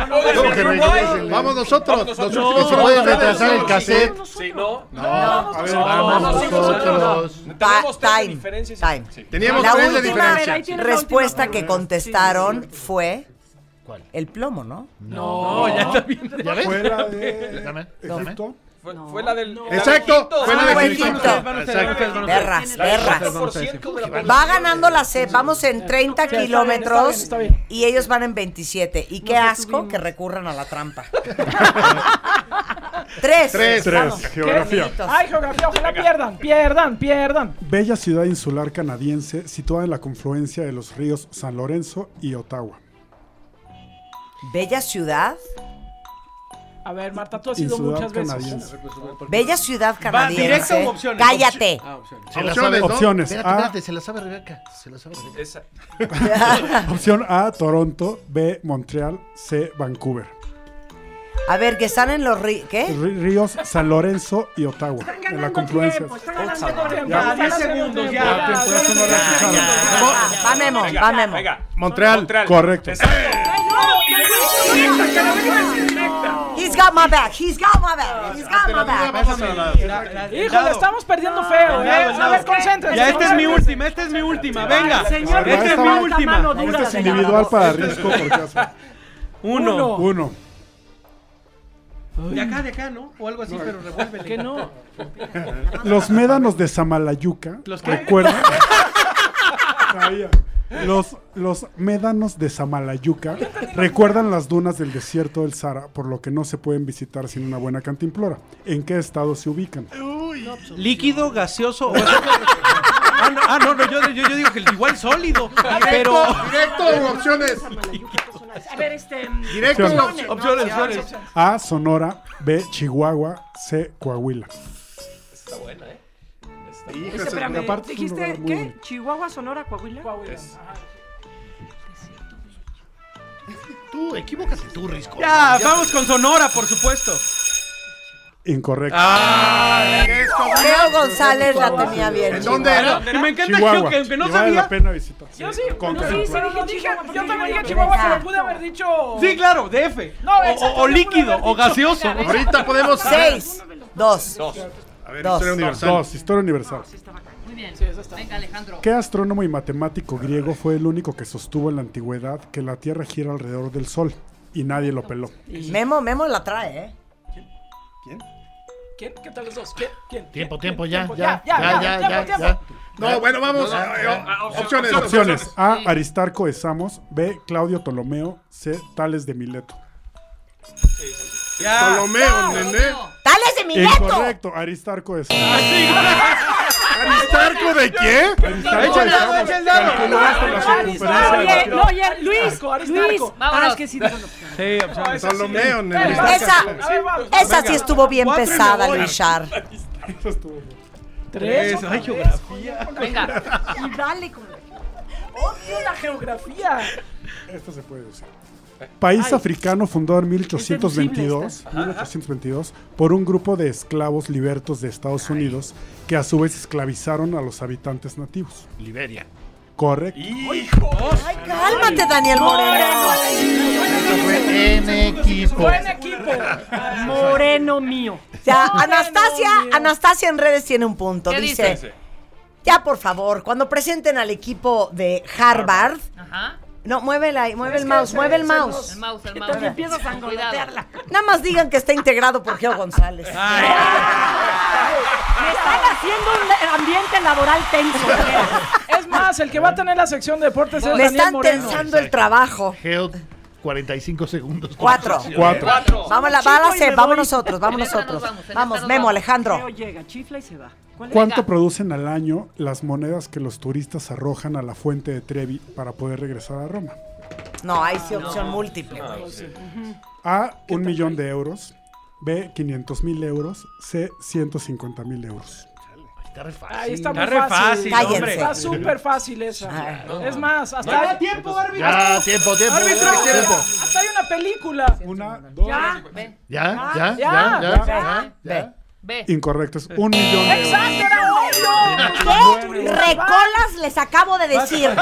[SPEAKER 14] No, que regrésenle. Vamos nosotros. Los últimos no pueden retrasar el cassette.
[SPEAKER 2] Sí, no.
[SPEAKER 14] No, a ver, vamos nosotros.
[SPEAKER 2] Tenemos tres de
[SPEAKER 4] time,
[SPEAKER 2] diferencia.
[SPEAKER 4] time.
[SPEAKER 14] Teníamos
[SPEAKER 4] la
[SPEAKER 14] tres de
[SPEAKER 4] última
[SPEAKER 14] diferencia. A ver, ahí tienes la
[SPEAKER 4] respuesta
[SPEAKER 14] última.
[SPEAKER 4] que contestaron fue el plomo, ¿no?
[SPEAKER 9] No, ya está bien.
[SPEAKER 14] ¿Ya ves?
[SPEAKER 9] Fue la
[SPEAKER 14] Dame, dame.
[SPEAKER 2] Fue, fue la del.
[SPEAKER 14] Exacto, fue la de Egipto.
[SPEAKER 2] Egipto.
[SPEAKER 14] Exacto.
[SPEAKER 4] Perras, perras. Va ganando la C, vamos en 30
[SPEAKER 12] bien,
[SPEAKER 4] kilómetros
[SPEAKER 12] está bien, está
[SPEAKER 4] y ellos van en 27. Y qué asco que recurran a la trampa. Tres.
[SPEAKER 6] Tres,
[SPEAKER 4] vamos.
[SPEAKER 6] tres, geografía.
[SPEAKER 12] Ay, geografía, ojalá pierdan, pierdan, pierdan.
[SPEAKER 6] Bella ciudad insular canadiense situada en la confluencia de los ríos San Lorenzo y Ottawa.
[SPEAKER 4] Bella ciudad.
[SPEAKER 12] A ver, Marta, tú has
[SPEAKER 6] Y
[SPEAKER 12] ido
[SPEAKER 6] ciudad
[SPEAKER 12] muchas veces. Pues
[SPEAKER 6] canadiense.
[SPEAKER 4] Bella ciudad canadiense.
[SPEAKER 12] ¿directo o opciones?
[SPEAKER 4] Cállate.
[SPEAKER 12] Ah, opciones.
[SPEAKER 13] Se la
[SPEAKER 6] Opciones,
[SPEAKER 13] sabe, ¿no?
[SPEAKER 6] opciones.
[SPEAKER 13] Espérate,
[SPEAKER 6] Ah.
[SPEAKER 13] espérate, se la sabe Rebeca. Se la sabe Rebeca.
[SPEAKER 6] Opción A, Toronto. B, Montreal. C, Vancouver.
[SPEAKER 4] A ver, que están en los ri- ¿qué?
[SPEAKER 6] Rí- Ríos San Lorenzo y Ottawa. En la confluencia.
[SPEAKER 9] Ya, 10 segundos, ya.
[SPEAKER 12] Ah,
[SPEAKER 4] Va Memo, va Memo.
[SPEAKER 6] Montreal, correcto.
[SPEAKER 4] He's got my back, he's got my back, he's got my back.
[SPEAKER 12] Híjole, estamos perdiendo feo, eh. A ver, concéntrense.
[SPEAKER 9] Ya, esta es mi
[SPEAKER 12] concéntrense.
[SPEAKER 9] última, esta es mi última, venga.
[SPEAKER 12] Señor,
[SPEAKER 9] Esta es mi
[SPEAKER 12] falta
[SPEAKER 9] última.
[SPEAKER 12] mano dura,
[SPEAKER 6] Este es
[SPEAKER 12] señor.
[SPEAKER 6] individual para Risco por caso.
[SPEAKER 9] Uno.
[SPEAKER 6] Uno.
[SPEAKER 9] De acá, de acá, ¿no? O algo así, pero revuélvele.
[SPEAKER 12] Que no.
[SPEAKER 6] Los médanos de Samalayuca.
[SPEAKER 9] ¿Los qué?
[SPEAKER 6] recuerdan Los, los médanos de Samalayuca recuerdan las dunas del desierto del Sahara, por lo que no se pueden visitar sin una buena cantimplora. ¿En qué estado se ubican?
[SPEAKER 9] Líquido, gaseoso. o- Ah, no, ah, no, no, yo, yo- yo digo que igual sólido. Pero.
[SPEAKER 14] Directo o opciones.
[SPEAKER 10] A ver, este.
[SPEAKER 14] Directo
[SPEAKER 6] Opciones.
[SPEAKER 14] o opciones.
[SPEAKER 9] Opciones,
[SPEAKER 10] opciones.
[SPEAKER 6] A. Sonora. B. Chihuahua. C. Coahuila.
[SPEAKER 2] Está buena, ¿eh? Está
[SPEAKER 10] Este,
[SPEAKER 2] buena.
[SPEAKER 10] espérame,
[SPEAKER 6] aparte es un lugar
[SPEAKER 10] ¿Dijiste
[SPEAKER 6] muy
[SPEAKER 10] qué?
[SPEAKER 6] bonito.
[SPEAKER 10] ¿Chihuahua, Sonora, Coahuila?
[SPEAKER 2] Es-
[SPEAKER 13] Tú, equivócate tú, Risco.
[SPEAKER 9] Ya, vamos con Sonora, por supuesto.
[SPEAKER 6] Incorrecto.
[SPEAKER 2] Ah,
[SPEAKER 9] Ah,
[SPEAKER 4] Leo González la tenía bien.
[SPEAKER 9] ¿En dónde era? Y me encanta
[SPEAKER 6] Chihuahua.
[SPEAKER 9] que aunque no
[SPEAKER 6] Y vale
[SPEAKER 9] sabía-
[SPEAKER 6] la pena visitar.
[SPEAKER 12] Yo sí,
[SPEAKER 6] Con
[SPEAKER 12] yo sí, se
[SPEAKER 6] Chihuahua.
[SPEAKER 12] lo dije. Yo también dije Chihuahua, pero pude haber dicho.
[SPEAKER 9] Sí, claro, DF.
[SPEAKER 12] No,
[SPEAKER 9] O-
[SPEAKER 12] exacto,
[SPEAKER 9] o, o
[SPEAKER 12] yo pude
[SPEAKER 9] líquido,
[SPEAKER 12] haber
[SPEAKER 9] o gaseoso.
[SPEAKER 12] dicho-
[SPEAKER 14] Ahorita podemos-
[SPEAKER 4] Seis, dos.
[SPEAKER 14] A ver,
[SPEAKER 4] Dos.
[SPEAKER 14] historia universal.
[SPEAKER 6] Dos, historia universal.
[SPEAKER 5] Muy bien. Venga, Alejandro.
[SPEAKER 6] ¿Qué astrónomo y matemático griego fue el único que sostuvo en la antigüedad que la Tierra gira alrededor del Sol? Y nadie lo peló.
[SPEAKER 4] Memo, Memo la trae, ¿eh?
[SPEAKER 12] ¿Quién? ¿Qué tal los dos? ¿Quién? ¿Quién?
[SPEAKER 13] Tiempo,
[SPEAKER 12] ¿Quién?
[SPEAKER 13] tiempo, ya,
[SPEAKER 12] Tiempo,
[SPEAKER 13] ya,
[SPEAKER 12] ya, ya, ya,
[SPEAKER 13] ya, ya,
[SPEAKER 12] tiempo,
[SPEAKER 13] ya.
[SPEAKER 12] tiempo.
[SPEAKER 14] No, bueno, vamos.
[SPEAKER 13] No, no,
[SPEAKER 14] Eh,
[SPEAKER 13] no,
[SPEAKER 14] eh, Opciones.
[SPEAKER 13] opciones,
[SPEAKER 6] Opciones. A. Aristarco de Samos. B. Claudio Ptolomeo. C. Tales de Mileto.
[SPEAKER 14] Ptolomeo, nene.
[SPEAKER 4] ¡Tales de Mileto!
[SPEAKER 6] Incorrecto. Aristarco de Samos. ¿Aristarco de qué? Aristarco
[SPEAKER 3] Echa el
[SPEAKER 6] de
[SPEAKER 3] dado,
[SPEAKER 6] Samos.
[SPEAKER 3] echa el dado.
[SPEAKER 6] Calculaste la circunferencia de la
[SPEAKER 10] Oye,
[SPEAKER 6] Tierra.
[SPEAKER 10] no, ya, Luis,
[SPEAKER 12] Aristarco,
[SPEAKER 10] Luis.
[SPEAKER 12] Aristarco.
[SPEAKER 10] Ah, es que sí, digo, no.
[SPEAKER 9] Sí, opciones. Eh.
[SPEAKER 14] Ptolomeo, nene.
[SPEAKER 4] Esa, esa sí estuvo bien
[SPEAKER 9] Cuatro y me
[SPEAKER 4] pesada,
[SPEAKER 9] voy.
[SPEAKER 4] Luchar.
[SPEAKER 12] Tres.
[SPEAKER 9] Tres, ay,
[SPEAKER 12] geografía.
[SPEAKER 10] Venga.
[SPEAKER 12] Y dale con Odio la geografía.
[SPEAKER 6] Esto se puede usar. País africano fundado en 1822, 1822 por un grupo de esclavos libertos de Estados Unidos que a su vez esclavizaron a los habitantes nativos.
[SPEAKER 13] Liberia.
[SPEAKER 6] Correcto.
[SPEAKER 4] Ay, cálmate, Daniel Moreno.
[SPEAKER 13] En equipo.
[SPEAKER 10] Buen equipo.
[SPEAKER 12] pues.
[SPEAKER 10] Moreno mío.
[SPEAKER 4] Ya, Anastasia, Anastasia en redes tiene un punto.
[SPEAKER 5] ¿Qué
[SPEAKER 4] dice,
[SPEAKER 5] dice?
[SPEAKER 4] Ya, por favor, cuando presenten al equipo de Harvard.
[SPEAKER 5] Ajá.
[SPEAKER 4] No, muévela ahí, mueve
[SPEAKER 5] Es
[SPEAKER 4] el
[SPEAKER 5] que
[SPEAKER 4] mouse,
[SPEAKER 5] ese-
[SPEAKER 4] mueve el
[SPEAKER 5] ese
[SPEAKER 4] mouse.
[SPEAKER 5] mouse, el mouse, el
[SPEAKER 4] Que
[SPEAKER 5] mouse.
[SPEAKER 4] también
[SPEAKER 5] Empiezas a angolotearla.
[SPEAKER 4] Nada más digan que está integrado por Geo González.
[SPEAKER 10] Me están haciendo un ambiente laboral tenso.
[SPEAKER 12] Es más, el que va a tener la sección de deportes es
[SPEAKER 4] Me
[SPEAKER 12] Daniel
[SPEAKER 4] están
[SPEAKER 12] Moreno.
[SPEAKER 4] tensando el trabajo.
[SPEAKER 13] Geo, 45 segundos.
[SPEAKER 4] Cuatro.
[SPEAKER 13] Cuatro.
[SPEAKER 4] Vamos, la,
[SPEAKER 10] Chico,
[SPEAKER 4] va la
[SPEAKER 10] y
[SPEAKER 4] C,
[SPEAKER 10] me
[SPEAKER 4] vamos
[SPEAKER 10] voy.
[SPEAKER 4] nosotros, vamos
[SPEAKER 10] En esta nos
[SPEAKER 4] nosotros.
[SPEAKER 10] vamos, en esta
[SPEAKER 4] Vamos,
[SPEAKER 10] nos
[SPEAKER 4] Memo,
[SPEAKER 10] vamos.
[SPEAKER 4] Alejandro.
[SPEAKER 10] Creo llega, chifla y se va. ¿Cuál es?
[SPEAKER 6] ¿Cuánto producen al año las monedas que los turistas arrojan a la fuente de Trevi para poder regresar a Roma?
[SPEAKER 4] No, hay sí opción múltiple. güey.
[SPEAKER 6] A, un millón de euros. B, 500 mil euros. C, 150 mil euros.
[SPEAKER 13] Está re fácil.
[SPEAKER 12] Ahí está,
[SPEAKER 9] Está
[SPEAKER 12] muy
[SPEAKER 9] re
[SPEAKER 12] fácil.
[SPEAKER 9] fácil, hombre. Cállense.
[SPEAKER 12] Está súper fácil esa. es más, hasta.
[SPEAKER 9] No, ya
[SPEAKER 12] hay-
[SPEAKER 9] tiempo, árbitro.
[SPEAKER 13] Ya, tiempo, tiempo,
[SPEAKER 12] Árbitro,
[SPEAKER 13] ya, tiempo.
[SPEAKER 12] Hasta hay una película.
[SPEAKER 6] Una,
[SPEAKER 12] dos. Ya.
[SPEAKER 13] Ya, ya,
[SPEAKER 12] Ya,
[SPEAKER 13] ya, ya,
[SPEAKER 12] ya,
[SPEAKER 13] ya, ya.
[SPEAKER 6] Incorrecto, es un millón de euros.
[SPEAKER 12] Exacto, era obvio.
[SPEAKER 16] ¿Qué recolas les acabo de decir? Un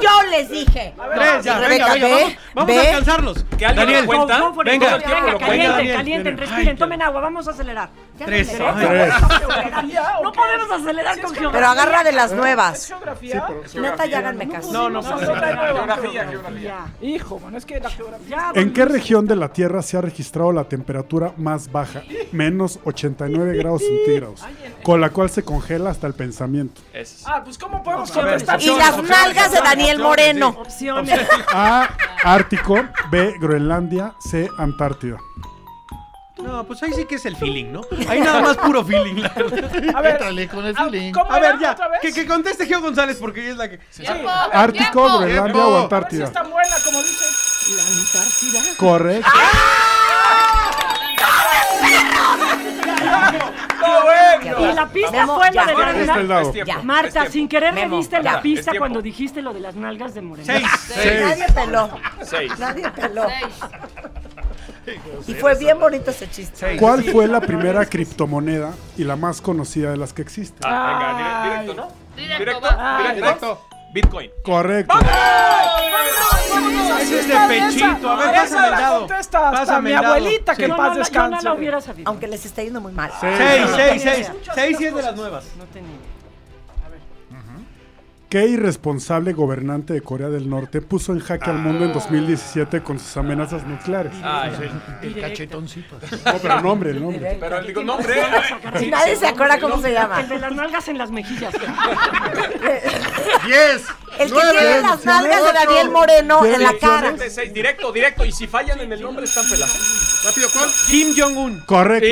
[SPEAKER 16] millón les dije.
[SPEAKER 9] Tres, ya,
[SPEAKER 4] Rebeca,
[SPEAKER 9] venga, venga,
[SPEAKER 4] ve,
[SPEAKER 9] vamos, vamos
[SPEAKER 4] ve.
[SPEAKER 9] a alcanzarlos.
[SPEAKER 2] Que alguien
[SPEAKER 9] Daniel,
[SPEAKER 2] lo cuenta.
[SPEAKER 9] go, go for it,
[SPEAKER 2] Venga,
[SPEAKER 9] go for it,
[SPEAKER 2] Venga,
[SPEAKER 9] go for it,
[SPEAKER 10] Calienten,
[SPEAKER 9] Daniel.
[SPEAKER 10] calienten,
[SPEAKER 9] Ay,
[SPEAKER 10] respiren, tomen agua, vamos a acelerar.
[SPEAKER 9] Tres.
[SPEAKER 10] Ya no
[SPEAKER 9] Tres.
[SPEAKER 10] podemos acelerar. No podemos acelerar con geografía.
[SPEAKER 4] Pero agarra de las nuevas.
[SPEAKER 12] ¿Eh? ¿Geografía?
[SPEAKER 4] Neta, ya háganme caso.
[SPEAKER 12] No, no,
[SPEAKER 10] no,
[SPEAKER 12] no.
[SPEAKER 10] no,
[SPEAKER 12] otra
[SPEAKER 10] no,
[SPEAKER 12] nueva.
[SPEAKER 10] geografía, pues.
[SPEAKER 12] Hijo, mano, es que la geografía.
[SPEAKER 6] ¿En qué región de la Tierra se ha registrado la temperatura más baja, menos 89 grados centígrados, con la cual se congela hasta el pensamiento?
[SPEAKER 12] Ah, pues ¿cómo podemos contestar?
[SPEAKER 4] Y las nalgas de Daniel Moreno.
[SPEAKER 10] Opciones.
[SPEAKER 6] A, Ártico, B, Groenlandia, C, Antártida.
[SPEAKER 9] No, pues ahí sí que es el feeling, ¿no? Ahí nada más puro feeling, la verdad.
[SPEAKER 12] A ver, ah,
[SPEAKER 13] Dale con el feeling.
[SPEAKER 12] ¿cómo
[SPEAKER 9] A ver,
[SPEAKER 12] era
[SPEAKER 9] ya,
[SPEAKER 12] otra vez?
[SPEAKER 9] que, que conteste Geo González porque ella es la que...
[SPEAKER 6] Ártico, Groenlandia o
[SPEAKER 12] A ver si es
[SPEAKER 6] Antártida.
[SPEAKER 12] tan buena como dice. La Antártida.
[SPEAKER 6] Correcto.
[SPEAKER 4] eh.
[SPEAKER 10] Y la pista
[SPEAKER 4] Memo,
[SPEAKER 10] fue
[SPEAKER 4] ya.
[SPEAKER 10] la de
[SPEAKER 4] Memo,
[SPEAKER 10] las
[SPEAKER 6] este es el
[SPEAKER 10] nalgas.
[SPEAKER 6] dado. Ya.
[SPEAKER 2] pues.
[SPEAKER 10] Ya. Marta,
[SPEAKER 2] Es
[SPEAKER 10] sin querer me
[SPEAKER 4] Memo,
[SPEAKER 10] diste
[SPEAKER 4] ya.
[SPEAKER 10] la
[SPEAKER 4] Es
[SPEAKER 10] pista
[SPEAKER 2] tiempo.
[SPEAKER 10] cuando dijiste lo de las nalgas de Moreno.
[SPEAKER 9] Seis.
[SPEAKER 4] Nadie peló.
[SPEAKER 2] Seis.
[SPEAKER 4] Nadie peló. Y fue bien bonito ese chiste.
[SPEAKER 6] ¿Cuál fue la primera criptomoneda y la más conocida de las que existen?
[SPEAKER 2] Ah, venga, dire- directo, ¿no? Directo, directo. Bitcoin.
[SPEAKER 6] Correcto.
[SPEAKER 9] Ese es de pechito. A ver, pásame el dado. Pásame
[SPEAKER 12] mi
[SPEAKER 9] el dado.
[SPEAKER 12] abuelita, que
[SPEAKER 9] Sí.
[SPEAKER 12] en paz
[SPEAKER 10] la- yo no la
[SPEAKER 12] descanse.
[SPEAKER 10] hubiera sabido.
[SPEAKER 4] Aunque les está yendo muy mal.
[SPEAKER 9] Seis, seis,
[SPEAKER 10] tenía
[SPEAKER 9] seis.
[SPEAKER 10] idea.
[SPEAKER 9] Seis y es de las nuevas.
[SPEAKER 10] No tenía.
[SPEAKER 6] ¿Qué irresponsable gobernante de Corea del Norte puso en jaque al mundo en 2017 con sus amenazas nucleares?
[SPEAKER 2] Ay,
[SPEAKER 13] El, el cachetoncito.
[SPEAKER 6] No, pero nombre, el nombre.
[SPEAKER 2] pero digo, nombre.
[SPEAKER 4] Si nadie se acuerda cómo se llama.
[SPEAKER 10] El de las nalgas en las mejillas.
[SPEAKER 13] Diez.
[SPEAKER 4] El que
[SPEAKER 13] nueve,
[SPEAKER 4] tiene las nalgas de
[SPEAKER 13] ocho.
[SPEAKER 4] Daniel Moreno en la cara.
[SPEAKER 2] De seis, directo, directo. Y si fallan en el nombre, están pelados.
[SPEAKER 13] Rápido, ¿cuál?
[SPEAKER 9] Kim Jong-un.
[SPEAKER 6] Correcto.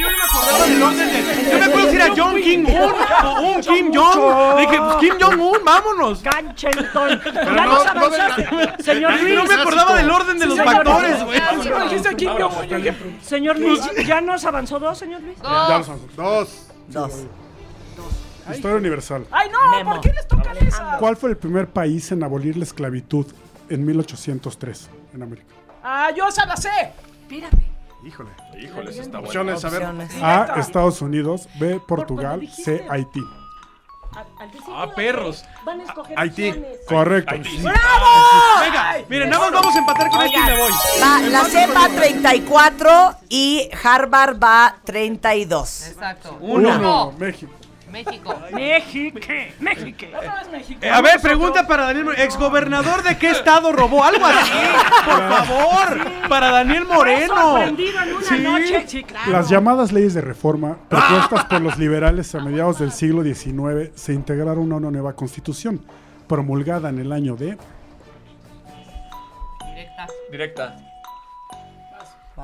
[SPEAKER 9] Yo no me acordaba del orden de- Yo me acuerdo si era John Kim Un o un Kim Jong. Dije, pues Kim Jong-un, vámonos.
[SPEAKER 10] Ganchelton. Ya nos
[SPEAKER 13] no, no de la-
[SPEAKER 10] avanzaste. Señor Luis.
[SPEAKER 9] No me acordaba del orden de los
[SPEAKER 10] señor.
[SPEAKER 9] factores, güey.
[SPEAKER 12] Ah, sí, no, dijiste Kim Jong-un, yo dije,
[SPEAKER 10] Señor Luis, ¿ya nos avanzó dos, señor Luis?
[SPEAKER 6] Ya los avanzó.
[SPEAKER 13] Dos.
[SPEAKER 4] Dos.
[SPEAKER 6] Historia universal.
[SPEAKER 12] Ay, no, ¿por qué les tocan esa?
[SPEAKER 6] ¿Cuál fue el primer país en abolir la esclavitud en 1803 en América?
[SPEAKER 12] Ah, yo esa la sé.
[SPEAKER 6] Híjole.
[SPEAKER 2] Híjole, eso está bueno.
[SPEAKER 13] Opciones, a ver.
[SPEAKER 4] Opciones.
[SPEAKER 6] A, Estados Unidos, B, Portugal,
[SPEAKER 10] cuando
[SPEAKER 6] C,
[SPEAKER 10] dijiste.
[SPEAKER 6] Haití.
[SPEAKER 9] Ah, perros.
[SPEAKER 10] Van a escoger
[SPEAKER 13] Haití.
[SPEAKER 6] Correcto.
[SPEAKER 9] Venga, miren, nada más vamos a empatar con este y me voy.
[SPEAKER 4] Va, la C va 34 y Harvard va 32.
[SPEAKER 5] Exacto.
[SPEAKER 6] Uno,
[SPEAKER 5] Uno.
[SPEAKER 6] México.
[SPEAKER 5] México.
[SPEAKER 10] México. México.
[SPEAKER 12] Otra vez México.
[SPEAKER 9] Eh, a ver, pregunta para Daniel Moreno. ¿Exgobernador de qué estado robó? Algo así, por favor. Para Daniel Moreno.
[SPEAKER 10] Sorprendido en una noche. Sí, claro.
[SPEAKER 6] Las llamadas leyes de reforma, propuestas por los liberales a mediados del siglo XIX, se integraron a una nueva constitución, promulgada en el año de...
[SPEAKER 5] Directa.
[SPEAKER 2] Directa.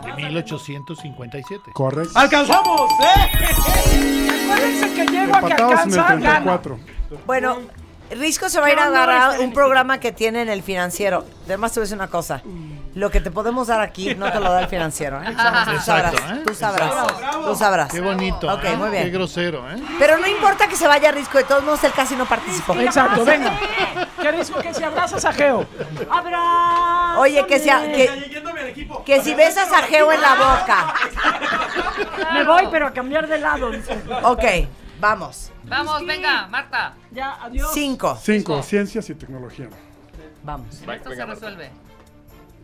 [SPEAKER 13] De 1857.
[SPEAKER 6] Correcto.
[SPEAKER 9] ¡Alcanzamos! ¡Eh!
[SPEAKER 12] Acuérdense que llego a que
[SPEAKER 6] Empatados en el
[SPEAKER 12] alcanza, gana.
[SPEAKER 6] 34.
[SPEAKER 4] Bueno, Risco se va a ir a
[SPEAKER 12] Yo no voy a estar
[SPEAKER 4] agarrar
[SPEAKER 12] en
[SPEAKER 4] un
[SPEAKER 12] el
[SPEAKER 4] programa que tiene en el financiero. Además, te voy a decir una cosa. Lo que te podemos dar aquí no te lo da el financiero. ¿eh? Tú sabrás.
[SPEAKER 13] Exacto, ¿eh?
[SPEAKER 4] Tú sabrás. Tú sabrás.
[SPEAKER 13] Qué bonito.
[SPEAKER 4] Ok,
[SPEAKER 13] ¿eh?
[SPEAKER 4] muy bien.
[SPEAKER 13] Qué grosero, ¿eh?
[SPEAKER 4] Pero no importa que se vaya Risco, de todos modos él casi no participó.
[SPEAKER 12] Exacto, venga. ¿Qué dijo que si abrazas a Geo?
[SPEAKER 10] Abra.
[SPEAKER 4] Oye, que sea. Que, que si besas a Geo en la boca.
[SPEAKER 10] Me voy, pero a cambiar de lado. dice.
[SPEAKER 4] Ok, vamos.
[SPEAKER 5] Vamos, venga, Marta.
[SPEAKER 10] Ya, adiós.
[SPEAKER 4] Cinco.
[SPEAKER 6] Cinco, ciencias y tecnología.
[SPEAKER 4] Vamos.
[SPEAKER 5] Esto se resuelve.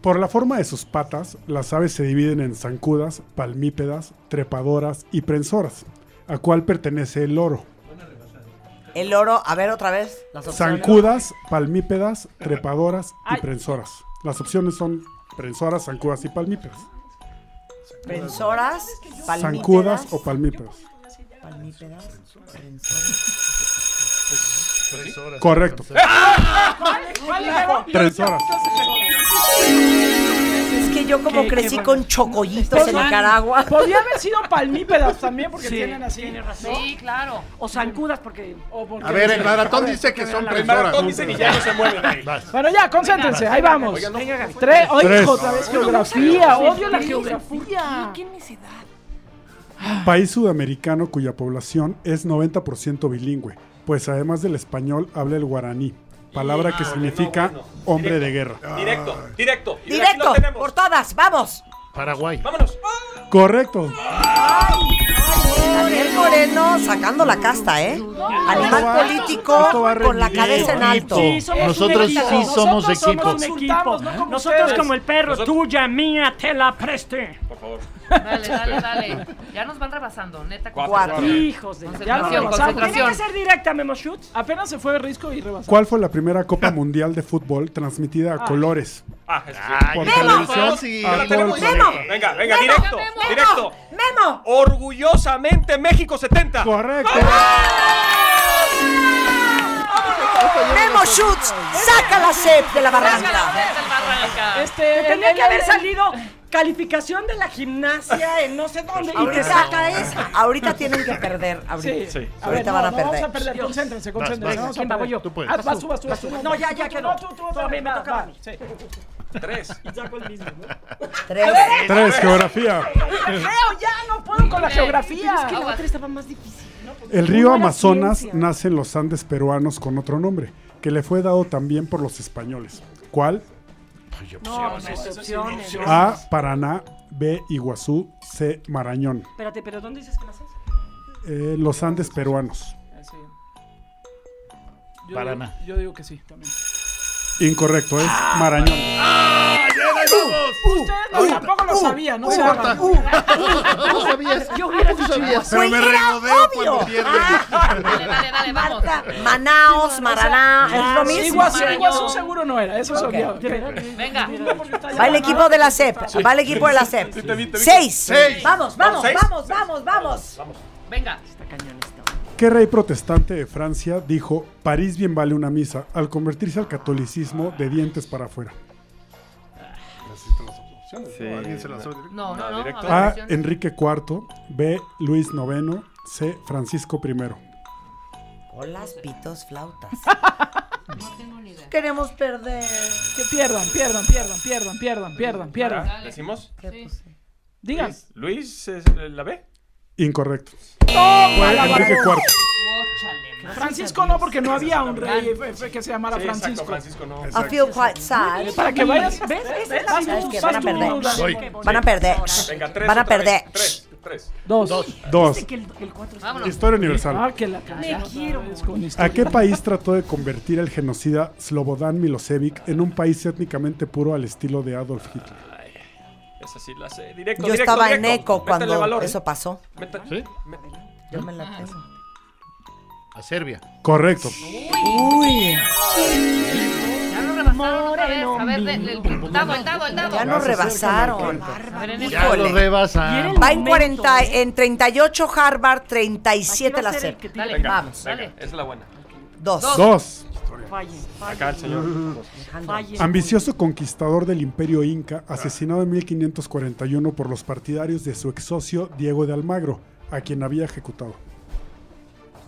[SPEAKER 6] Por la forma de sus patas, las aves se dividen en zancudas, palmípedas, trepadoras y prensoras, a cual pertenece el loro.
[SPEAKER 4] El oro, a ver otra vez. Las opciones.
[SPEAKER 6] Zancudas, palmípedas, trepadoras y prensoras. Las opciones son prensoras, zancudas y palmípedas.
[SPEAKER 4] Prensoras, palmípedas.
[SPEAKER 6] Zancudas o palmípedas.
[SPEAKER 4] palmípedas, prensoras.
[SPEAKER 14] Tres horas.
[SPEAKER 6] Correcto. Tres horas.
[SPEAKER 4] Es que yo como
[SPEAKER 12] Qué-
[SPEAKER 4] crecí
[SPEAKER 12] qué
[SPEAKER 4] con chocollitos en
[SPEAKER 12] Podría-
[SPEAKER 4] Nicaragua.
[SPEAKER 12] Podría haber sido palmípedas también, porque
[SPEAKER 10] Sí,
[SPEAKER 12] tienen así.
[SPEAKER 10] tiene razón.
[SPEAKER 5] Sí, claro.
[SPEAKER 10] O zancudas, porque.
[SPEAKER 12] porque-
[SPEAKER 14] A ver, el maratón
[SPEAKER 12] A ver,
[SPEAKER 14] dice que
[SPEAKER 12] a ver,
[SPEAKER 14] son
[SPEAKER 12] la-
[SPEAKER 14] tres
[SPEAKER 12] el maratón
[SPEAKER 14] horas.
[SPEAKER 12] dice que ya no se mueve de ahí.
[SPEAKER 2] Ah,
[SPEAKER 14] Vas.
[SPEAKER 12] Bueno, ya, concéntrense, ahí vamos.
[SPEAKER 14] Oigan, no-
[SPEAKER 12] Tres, oye,
[SPEAKER 6] Tres.
[SPEAKER 12] otra vez geografía, odio la geografía.
[SPEAKER 10] ¿Qué necesidad?
[SPEAKER 6] País sudamericano cuya población es 90% bilingüe, pues además del español habla el guaraní, palabra
[SPEAKER 2] Ah,
[SPEAKER 6] que significa hombre de guerra. Ah.
[SPEAKER 2] Directo, directo. Y aquí
[SPEAKER 4] Directo,
[SPEAKER 2] lo tenemos.
[SPEAKER 4] por todas, vamos.
[SPEAKER 6] Paraguay.
[SPEAKER 2] Vámonos.
[SPEAKER 6] Correcto.
[SPEAKER 4] Daniel Moreno sacando la casta, ¿eh? Animal
[SPEAKER 6] esto va
[SPEAKER 4] político
[SPEAKER 6] a
[SPEAKER 4] con la
[SPEAKER 6] rendir.
[SPEAKER 4] cabeza en alto.
[SPEAKER 10] Sí, somos un
[SPEAKER 13] Nosotros
[SPEAKER 10] equipo.
[SPEAKER 13] sí somos
[SPEAKER 10] Nosotros
[SPEAKER 13] equipo.
[SPEAKER 10] somos un equipo. Nosotros como el perro, tuya, mía, te la presté.
[SPEAKER 2] Por favor.
[SPEAKER 5] Dale, dale, dale. Ya nos van rebasando, neta.
[SPEAKER 2] Cuatro.
[SPEAKER 4] Cuatro.
[SPEAKER 10] Hijos de
[SPEAKER 5] Concentración,
[SPEAKER 10] ya lo rebasamos.
[SPEAKER 5] concentración.
[SPEAKER 10] Tiene que ser directa, Memo Shoot.
[SPEAKER 12] Apenas se fue Risco y rebasó.
[SPEAKER 6] ¿Cuál fue la primera Copa Mundial de Fútbol transmitida a colores?
[SPEAKER 2] Ah, eso sí.
[SPEAKER 6] Por
[SPEAKER 2] Ya la
[SPEAKER 6] televisión
[SPEAKER 2] tenemos.
[SPEAKER 6] a
[SPEAKER 2] Ya la
[SPEAKER 6] todo el
[SPEAKER 2] tenemos.
[SPEAKER 6] planeta.
[SPEAKER 2] Venga, venga,
[SPEAKER 4] Memo,
[SPEAKER 2] directo,
[SPEAKER 4] Memo,
[SPEAKER 2] directo.
[SPEAKER 4] Memo.
[SPEAKER 2] Orgullosamente México 70.
[SPEAKER 6] Correcto.
[SPEAKER 4] Memo Schutz, saca la sed de la barranca.
[SPEAKER 10] Este,
[SPEAKER 12] el-
[SPEAKER 10] tenía
[SPEAKER 12] el-
[SPEAKER 10] que haber
[SPEAKER 12] el-
[SPEAKER 10] salido calificación de la gimnasia en no sé dónde. Y te
[SPEAKER 4] Ahorita,
[SPEAKER 10] saca esa.
[SPEAKER 4] ahorita tienen que perder. Ahorita,
[SPEAKER 12] Sí, sí.
[SPEAKER 4] ahorita van a perder.
[SPEAKER 12] vamos a perder, concéntrense,
[SPEAKER 13] Vas,
[SPEAKER 12] concéntrense.
[SPEAKER 13] vas.
[SPEAKER 12] Vamos a
[SPEAKER 13] ¿Quién va?
[SPEAKER 12] perder.
[SPEAKER 13] Tú puedes.
[SPEAKER 12] Ah, vas tú, vas tú, vas tú.
[SPEAKER 10] No, ya, ya quedó.
[SPEAKER 12] No, tú, tú, tú,
[SPEAKER 10] A mí me
[SPEAKER 12] vas,
[SPEAKER 10] toca
[SPEAKER 12] vas,
[SPEAKER 10] a mí.
[SPEAKER 12] sí.
[SPEAKER 2] Tres.
[SPEAKER 10] Saco el mismo, ¿no?
[SPEAKER 4] Tres.
[SPEAKER 6] Tres, geografía.
[SPEAKER 12] Creo, ya no puedo con la
[SPEAKER 10] Pero es que la
[SPEAKER 12] geografía.
[SPEAKER 10] otra estaba más difícil.
[SPEAKER 6] El río
[SPEAKER 10] Pura
[SPEAKER 6] Amazonas
[SPEAKER 10] ciencia.
[SPEAKER 6] nace en los Andes peruanos con otro nombre, que le fue dado también por los españoles. ¿Cuál?
[SPEAKER 10] No, no, opciones.
[SPEAKER 6] A. Paraná. B. Iguazú. C. Marañón.
[SPEAKER 10] Espérate, pero ¿dónde dices que naces?
[SPEAKER 6] Eh, los Andes peruanos.
[SPEAKER 12] Yo
[SPEAKER 13] Paraná.
[SPEAKER 12] digo- Yo digo que sí, también.
[SPEAKER 6] Incorrecto, es Marañón.
[SPEAKER 12] Ustedes no, tampoco lo sabían, no se hagan.
[SPEAKER 13] Tú sabías.
[SPEAKER 10] Yo hubiera
[SPEAKER 13] Tú
[SPEAKER 10] dicho
[SPEAKER 13] sabías.
[SPEAKER 4] Güey,
[SPEAKER 13] me
[SPEAKER 4] era
[SPEAKER 13] regodeo
[SPEAKER 4] obvio.
[SPEAKER 13] cuando pierdes.
[SPEAKER 5] Dale, dale, dale, vamos.
[SPEAKER 4] Marta, Manaos, Maraná, es lo mismo.
[SPEAKER 12] Iguazú,
[SPEAKER 5] Marañón.
[SPEAKER 12] Iguazú seguro no era, eso es obvio.
[SPEAKER 5] Venga.
[SPEAKER 4] Va el equipo de la CEP, va el equipo de la CEP. Seis.
[SPEAKER 14] Seis.
[SPEAKER 4] Vamos, vamos,
[SPEAKER 2] Vamos, seis.
[SPEAKER 4] vamos, vamos, vamos.
[SPEAKER 5] Venga.
[SPEAKER 6] ¿Qué rey protestante de Francia dijo París bien vale una misa al convertirse al catolicismo de dientes para afuera?
[SPEAKER 14] Alguien se lanzó directo.
[SPEAKER 5] No, no, no.
[SPEAKER 2] directo.
[SPEAKER 5] a ver,
[SPEAKER 6] A.
[SPEAKER 5] opciones.
[SPEAKER 6] Enrique IV. B. Luis IX. C. Francisco I.
[SPEAKER 4] Holas, pitos, flautas.
[SPEAKER 5] No tengo ni idea.
[SPEAKER 4] Queremos perder.
[SPEAKER 12] Que pierdan, pierdan, pierdan, pierdan, pierdan, pierdan, pierdan.
[SPEAKER 2] ¿Le ¿Decimos?
[SPEAKER 12] Digan.
[SPEAKER 2] Luis, es ¿la B?
[SPEAKER 6] Incorrecto. Fue Enrique IV.
[SPEAKER 12] Francisco no, porque no había un rey eh, eh, que se llamara
[SPEAKER 2] Sí,
[SPEAKER 12] Francisco.
[SPEAKER 2] exacto, Francisco no.
[SPEAKER 4] I feel quite sad.
[SPEAKER 12] Para que vayas.
[SPEAKER 10] ¿Ves? Esa
[SPEAKER 12] Vas
[SPEAKER 10] sí
[SPEAKER 12] tú,
[SPEAKER 10] es
[SPEAKER 4] ¿Sabes qué?
[SPEAKER 12] vas
[SPEAKER 4] Van a
[SPEAKER 12] tú,
[SPEAKER 4] perder.
[SPEAKER 12] Dani.
[SPEAKER 13] Soy.
[SPEAKER 4] Van a perder.
[SPEAKER 2] Venga, tres.
[SPEAKER 4] Van a
[SPEAKER 2] otra vez.
[SPEAKER 4] perder.
[SPEAKER 2] Tres, tres.
[SPEAKER 12] Dos.
[SPEAKER 6] Dos.
[SPEAKER 10] Que el, que el cuatro es-
[SPEAKER 5] Vámonos.
[SPEAKER 6] Historia universal.
[SPEAKER 12] Ah, que la Me quiero.
[SPEAKER 6] ¿A qué país trató de convertir el genocida Slobodan Milosevic en un país étnicamente puro al estilo de Adolf Hitler?
[SPEAKER 2] Esa sí la sé. Directo,
[SPEAKER 4] Yo
[SPEAKER 2] directo,
[SPEAKER 4] estaba en
[SPEAKER 2] directo.
[SPEAKER 4] eco
[SPEAKER 2] Métele
[SPEAKER 4] cuando
[SPEAKER 2] valor, ¿eh?
[SPEAKER 4] eso pasó.
[SPEAKER 2] Meta-
[SPEAKER 13] ¿Sí?
[SPEAKER 2] me-
[SPEAKER 4] Yo me la tengo.
[SPEAKER 13] A Serbia.
[SPEAKER 6] Correcto.
[SPEAKER 4] Uy,
[SPEAKER 5] Ya no rebasaron otra vez. A ver, de- del- el dado, el dado, el dado.
[SPEAKER 4] ya nos rebasaron.
[SPEAKER 13] Ya lo
[SPEAKER 4] Híjole.
[SPEAKER 13] rebasan.
[SPEAKER 4] Va en,
[SPEAKER 10] Momento, ¿eh?
[SPEAKER 4] 40, en 38 Harvard,
[SPEAKER 10] Aquí va
[SPEAKER 4] 37
[SPEAKER 10] a
[SPEAKER 4] la
[SPEAKER 10] ser el
[SPEAKER 4] CEP.
[SPEAKER 10] que tire.
[SPEAKER 5] Dale,
[SPEAKER 2] Venga,
[SPEAKER 4] Vamos.
[SPEAKER 2] venga,
[SPEAKER 5] Dale.
[SPEAKER 2] esa es la buena.
[SPEAKER 4] Dos.
[SPEAKER 6] Dos.
[SPEAKER 10] Falle, falle,
[SPEAKER 2] Acá el señor.
[SPEAKER 10] falle.
[SPEAKER 6] Ambicioso conquistador del imperio inca, asesinado en 1541 por los partidarios de su ex socio Diego de Almagro, a quien había ejecutado.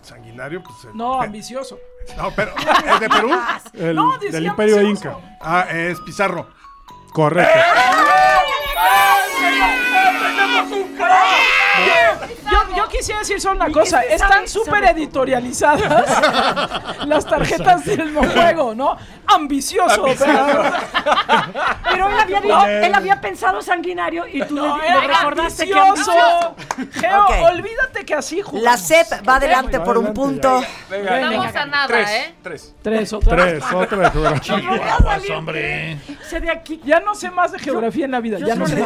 [SPEAKER 14] Sanguinario, pues. el-
[SPEAKER 12] No, ambicioso.
[SPEAKER 14] No, pero. ¿Es de Perú?
[SPEAKER 6] El-
[SPEAKER 12] No, decía
[SPEAKER 6] del imperio
[SPEAKER 12] ambicioso.
[SPEAKER 6] inca.
[SPEAKER 14] Ah, es Pizarro.
[SPEAKER 6] Correcto.
[SPEAKER 12] Yo, yo quisiera decir solo una cosa.
[SPEAKER 8] se sabe-
[SPEAKER 12] Están súper
[SPEAKER 8] sabe-
[SPEAKER 12] editorializadas las tarjetas del no juego, ¿no? Ambicioso, operador.
[SPEAKER 10] Pero él había,
[SPEAKER 12] No.
[SPEAKER 10] él había pensado sanguinario y tú
[SPEAKER 12] No,
[SPEAKER 10] le,
[SPEAKER 12] era
[SPEAKER 10] le recordaste que
[SPEAKER 12] ambicioso.
[SPEAKER 10] ambicioso.
[SPEAKER 12] Geo,
[SPEAKER 4] Ok.
[SPEAKER 12] olvídate que así jugamos.
[SPEAKER 4] La CEP va adelante por un punto.
[SPEAKER 12] Venga,
[SPEAKER 5] Estamos a nada,
[SPEAKER 12] Tres,
[SPEAKER 5] ¿eh?
[SPEAKER 12] Tres. Tres, otra
[SPEAKER 6] Tres, otra de
[SPEAKER 12] Chihuahuas, hombre. Ya no sé más de geografía en la vida. Ya no sé.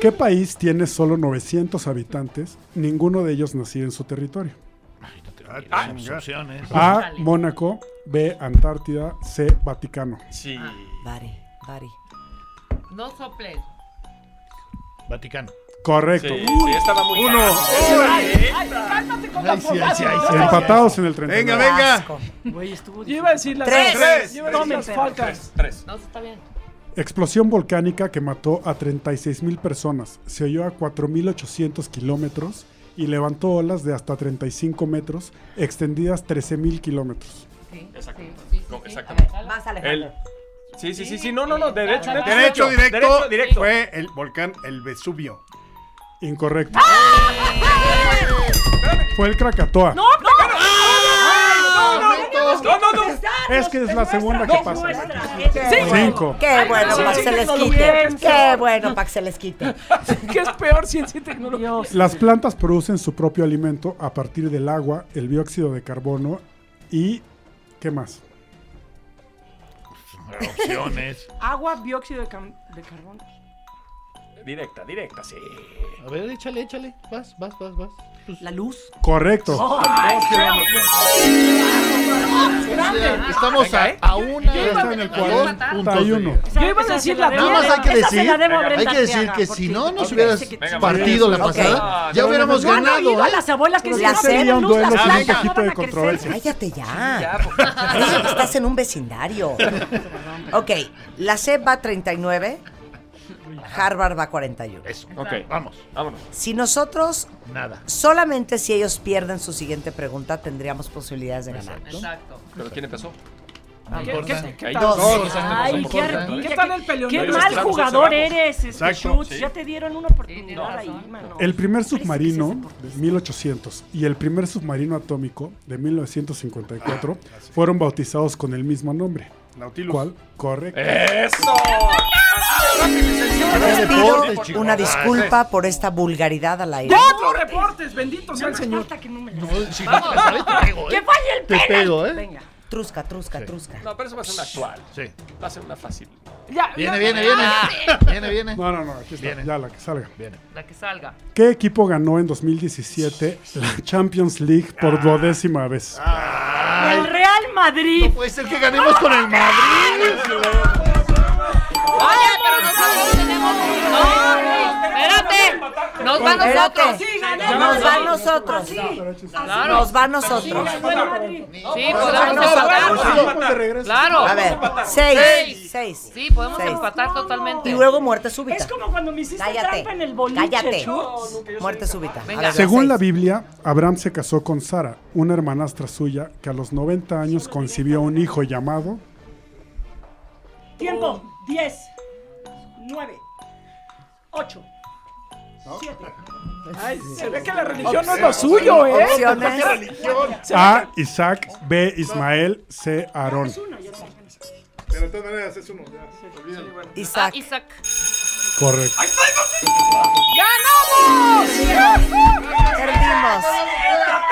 [SPEAKER 6] ¿Qué país tiene solo 900 habitantes, ninguno de ellos nacido en su territorio?
[SPEAKER 13] Ah, mis opciones.
[SPEAKER 6] A. Mónaco. B. Antártida. C. Vaticano.
[SPEAKER 13] Sí.
[SPEAKER 5] Ah.
[SPEAKER 4] Vale, vale.
[SPEAKER 5] No soples.
[SPEAKER 13] Vaticano.
[SPEAKER 6] Correcto.
[SPEAKER 13] Sí,
[SPEAKER 6] Uy.
[SPEAKER 2] estaba muy
[SPEAKER 13] Uno.
[SPEAKER 12] Ay, ay, cálmate con la
[SPEAKER 13] Ay, sí, ay, sí, ay, sí.
[SPEAKER 6] Empatados en el 30.
[SPEAKER 13] Venga, venga.
[SPEAKER 12] Güey, estuvo. Yo iba a decir las
[SPEAKER 3] Tres. Tres.
[SPEAKER 12] Yo iba a decir las
[SPEAKER 3] Tres.
[SPEAKER 12] Falcons.
[SPEAKER 2] Tres.
[SPEAKER 5] No, está bien.
[SPEAKER 6] Explosión volcánica que mató a 36 mil personas. Se oyó a 4.800 kilómetros y levantó olas de hasta 35 metros, extendidas 13 mil kilómetros.
[SPEAKER 5] Sí.
[SPEAKER 2] Exacto. No,
[SPEAKER 5] Exactamente.
[SPEAKER 16] Más
[SPEAKER 2] El- Sí, sí, sí, sí, no, no, no, derecho,
[SPEAKER 14] Derecho,
[SPEAKER 2] derecho.
[SPEAKER 14] directo,
[SPEAKER 2] Derecho directo.
[SPEAKER 14] fue el volcán el Vesubio.
[SPEAKER 6] Incorrecto. Fue el Krakatoa.
[SPEAKER 12] No, no, no, no, no, no, no, no.
[SPEAKER 6] Es que es la segunda que pasa. Cinco.
[SPEAKER 4] Qué bueno
[SPEAKER 12] Sí,
[SPEAKER 4] para que
[SPEAKER 12] sí,
[SPEAKER 4] se les
[SPEAKER 12] tecnología.
[SPEAKER 4] quite. Qué bueno para que se les quite.
[SPEAKER 12] ¿Qué es peor ciencia y tecnología?
[SPEAKER 6] Las plantas producen su propio alimento a partir del agua, el dióxido de carbono y... ¿Qué más?
[SPEAKER 13] Opciones.
[SPEAKER 10] Agua, dióxido de, cam- de carbono.
[SPEAKER 2] Directa, directa, sí.
[SPEAKER 13] A ver, échale, échale. Vas, vas, vas, vas.
[SPEAKER 16] La luz.
[SPEAKER 6] Correcto.
[SPEAKER 13] Estamos a, a una.
[SPEAKER 14] Yo iba a-
[SPEAKER 13] en el
[SPEAKER 14] yo iba a
[SPEAKER 13] cuarenta
[SPEAKER 14] matar.
[SPEAKER 13] puntos de-
[SPEAKER 12] Yo iba a decir la
[SPEAKER 13] Nada más hay que
[SPEAKER 12] Esa se
[SPEAKER 13] decir,
[SPEAKER 12] la debo a
[SPEAKER 13] hay
[SPEAKER 12] Brenda
[SPEAKER 13] que decir
[SPEAKER 12] Arteaga,
[SPEAKER 13] que
[SPEAKER 12] porque-
[SPEAKER 13] si no nos
[SPEAKER 12] Ok.
[SPEAKER 13] hubieras
[SPEAKER 12] Sí, que-
[SPEAKER 13] partido la
[SPEAKER 12] Ok.
[SPEAKER 13] pasada,
[SPEAKER 12] No,
[SPEAKER 13] ya
[SPEAKER 12] no,
[SPEAKER 13] hubiéramos
[SPEAKER 12] no, no,
[SPEAKER 13] ganado.
[SPEAKER 12] ido a
[SPEAKER 13] ¿eh?
[SPEAKER 12] las abuelas que
[SPEAKER 4] Pero
[SPEAKER 12] dicen,
[SPEAKER 4] la
[SPEAKER 12] "No,
[SPEAKER 4] serie
[SPEAKER 12] prenden
[SPEAKER 4] un
[SPEAKER 12] luz,
[SPEAKER 4] duelo
[SPEAKER 12] las
[SPEAKER 4] sin un
[SPEAKER 12] plantas
[SPEAKER 4] poquito
[SPEAKER 12] van a
[SPEAKER 6] de
[SPEAKER 12] crecer".
[SPEAKER 6] controversia.
[SPEAKER 4] Cállate ya. Parece que estás en un vecindario. Ok, la CEP va 39, Harvard va 41.
[SPEAKER 13] Ok, vamos.
[SPEAKER 2] Vámonos.
[SPEAKER 4] Si nosotros,
[SPEAKER 13] Nada.
[SPEAKER 4] solamente si ellos pierden su siguiente pregunta, tendríamos posibilidades de ganar.
[SPEAKER 5] Exacto.
[SPEAKER 2] ¿Pero quién empezó?
[SPEAKER 5] No
[SPEAKER 12] ¿Qué-
[SPEAKER 5] importa.
[SPEAKER 12] qué- qué
[SPEAKER 2] Ahí
[SPEAKER 12] tal?
[SPEAKER 2] dos.
[SPEAKER 12] Dos.
[SPEAKER 2] Exacto,
[SPEAKER 10] Ay,
[SPEAKER 2] dos
[SPEAKER 10] qué,
[SPEAKER 2] importantes.
[SPEAKER 10] ar-
[SPEAKER 12] ¿Qué
[SPEAKER 10] qué-
[SPEAKER 12] tal el peleonero?
[SPEAKER 10] qué
[SPEAKER 12] Ahí
[SPEAKER 10] mal
[SPEAKER 12] está,
[SPEAKER 10] jugador
[SPEAKER 12] ahí está.
[SPEAKER 10] eres, este
[SPEAKER 12] Exacto,
[SPEAKER 10] Schutz.
[SPEAKER 12] sí.
[SPEAKER 10] Ya te dieron una oportunidad ahí, mano.
[SPEAKER 6] El primer submarino de 1800 y el primer submarino atómico de 1954 fueron bautizados con el mismo nombre.
[SPEAKER 14] Nautilus.
[SPEAKER 6] ¿Cuál?
[SPEAKER 2] Eh.
[SPEAKER 6] Correcto.
[SPEAKER 2] ¡Eso!
[SPEAKER 6] Deportes,
[SPEAKER 4] Les pido
[SPEAKER 6] chicos.
[SPEAKER 4] una
[SPEAKER 6] Ah,
[SPEAKER 4] disculpa por por esta vulgaridad al aire.
[SPEAKER 12] Cuatro reportes, bendito sea el Señor.
[SPEAKER 13] si
[SPEAKER 12] no te la sabes, te
[SPEAKER 13] pego,
[SPEAKER 12] ¡Que falle el penal!
[SPEAKER 4] Venga. Trusca, trusca, trusca.
[SPEAKER 2] No, pero eso va a ser una actual.
[SPEAKER 13] Sí.
[SPEAKER 2] Va a ser una fácil.
[SPEAKER 12] Ya,
[SPEAKER 13] Viene, viene, viene. Viene, viene.
[SPEAKER 6] No, no, no, aquí está. Ya la que salga.
[SPEAKER 5] La que salga.
[SPEAKER 6] ¿Qué equipo ganó en 2017 la Champions League por duodécima vez?
[SPEAKER 10] El Real Madrid. No
[SPEAKER 13] puede ser que ganemos con el Madrid.
[SPEAKER 5] Oye, pero nosotros tenemos. No, espérate. Nos va a nosotros.
[SPEAKER 4] Espérate. Nos va a nosotros.
[SPEAKER 5] Claro.
[SPEAKER 4] Nos va a nosotros.
[SPEAKER 5] Sí, podemos empatar. Claro.
[SPEAKER 4] A ver, seis. Seis.
[SPEAKER 5] Sí, podemos
[SPEAKER 4] Seis.
[SPEAKER 5] empatar totalmente.
[SPEAKER 4] Y luego muerte súbita.
[SPEAKER 10] Es como cuando me hiciste
[SPEAKER 4] Cállate.
[SPEAKER 10] trampa en el boliche,
[SPEAKER 4] Cállate.
[SPEAKER 10] Schutz.
[SPEAKER 4] Muerte súbita. A ver,
[SPEAKER 6] Según la Biblia, Abraham se casó con Sara, una hermanastra suya que a los 90 años concibió un hijo llamado
[SPEAKER 10] Tiempo. 10, 9, 8, 7.
[SPEAKER 12] Ay, se ve que la religión no es lo suyo, ¿eh?
[SPEAKER 4] Opciones.
[SPEAKER 12] La religión.
[SPEAKER 6] A. Isaac, B. Ismael, C. Aarón.
[SPEAKER 14] Pero de todas maneras es uno. ya, olvídalo.
[SPEAKER 5] Ah,
[SPEAKER 4] Isaac.
[SPEAKER 6] Correcto.
[SPEAKER 5] ¡Ganamos!
[SPEAKER 4] Perdimos.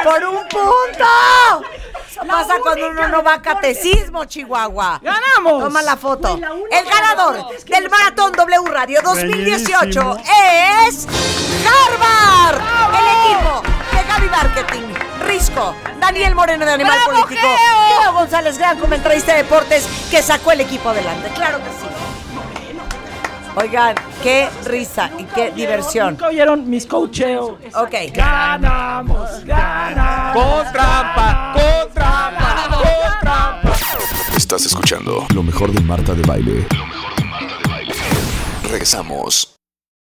[SPEAKER 4] ¡Por un punto! Eso pasa cuando uno no va a catecismo, Chihuahua.
[SPEAKER 12] ¡Ganamos!
[SPEAKER 4] Toma la foto.
[SPEAKER 10] la única
[SPEAKER 4] El ganador
[SPEAKER 10] razón es que
[SPEAKER 4] del Maratón W Radio 2018
[SPEAKER 3] Bellísimo.
[SPEAKER 4] es Harvard. El equipo de Gaby Marketing, Risco, Daniel Moreno de Animal
[SPEAKER 3] ¡Bravo,
[SPEAKER 4] Político,
[SPEAKER 3] Geo!
[SPEAKER 4] Geo González, gran comentarista de deportes que sacó el equipo adelante. Claro que sí. Oigan, qué risa y qué diversión.
[SPEAKER 12] Nunca oyeron mis coacheos.
[SPEAKER 4] Ok.
[SPEAKER 12] Ganamos, ganamos.
[SPEAKER 2] Con trampa, con trampa, con trampa.
[SPEAKER 1] Estás escuchando lo mejor de Marta de Baile. Lo mejor de Marta de Baile. Regresamos.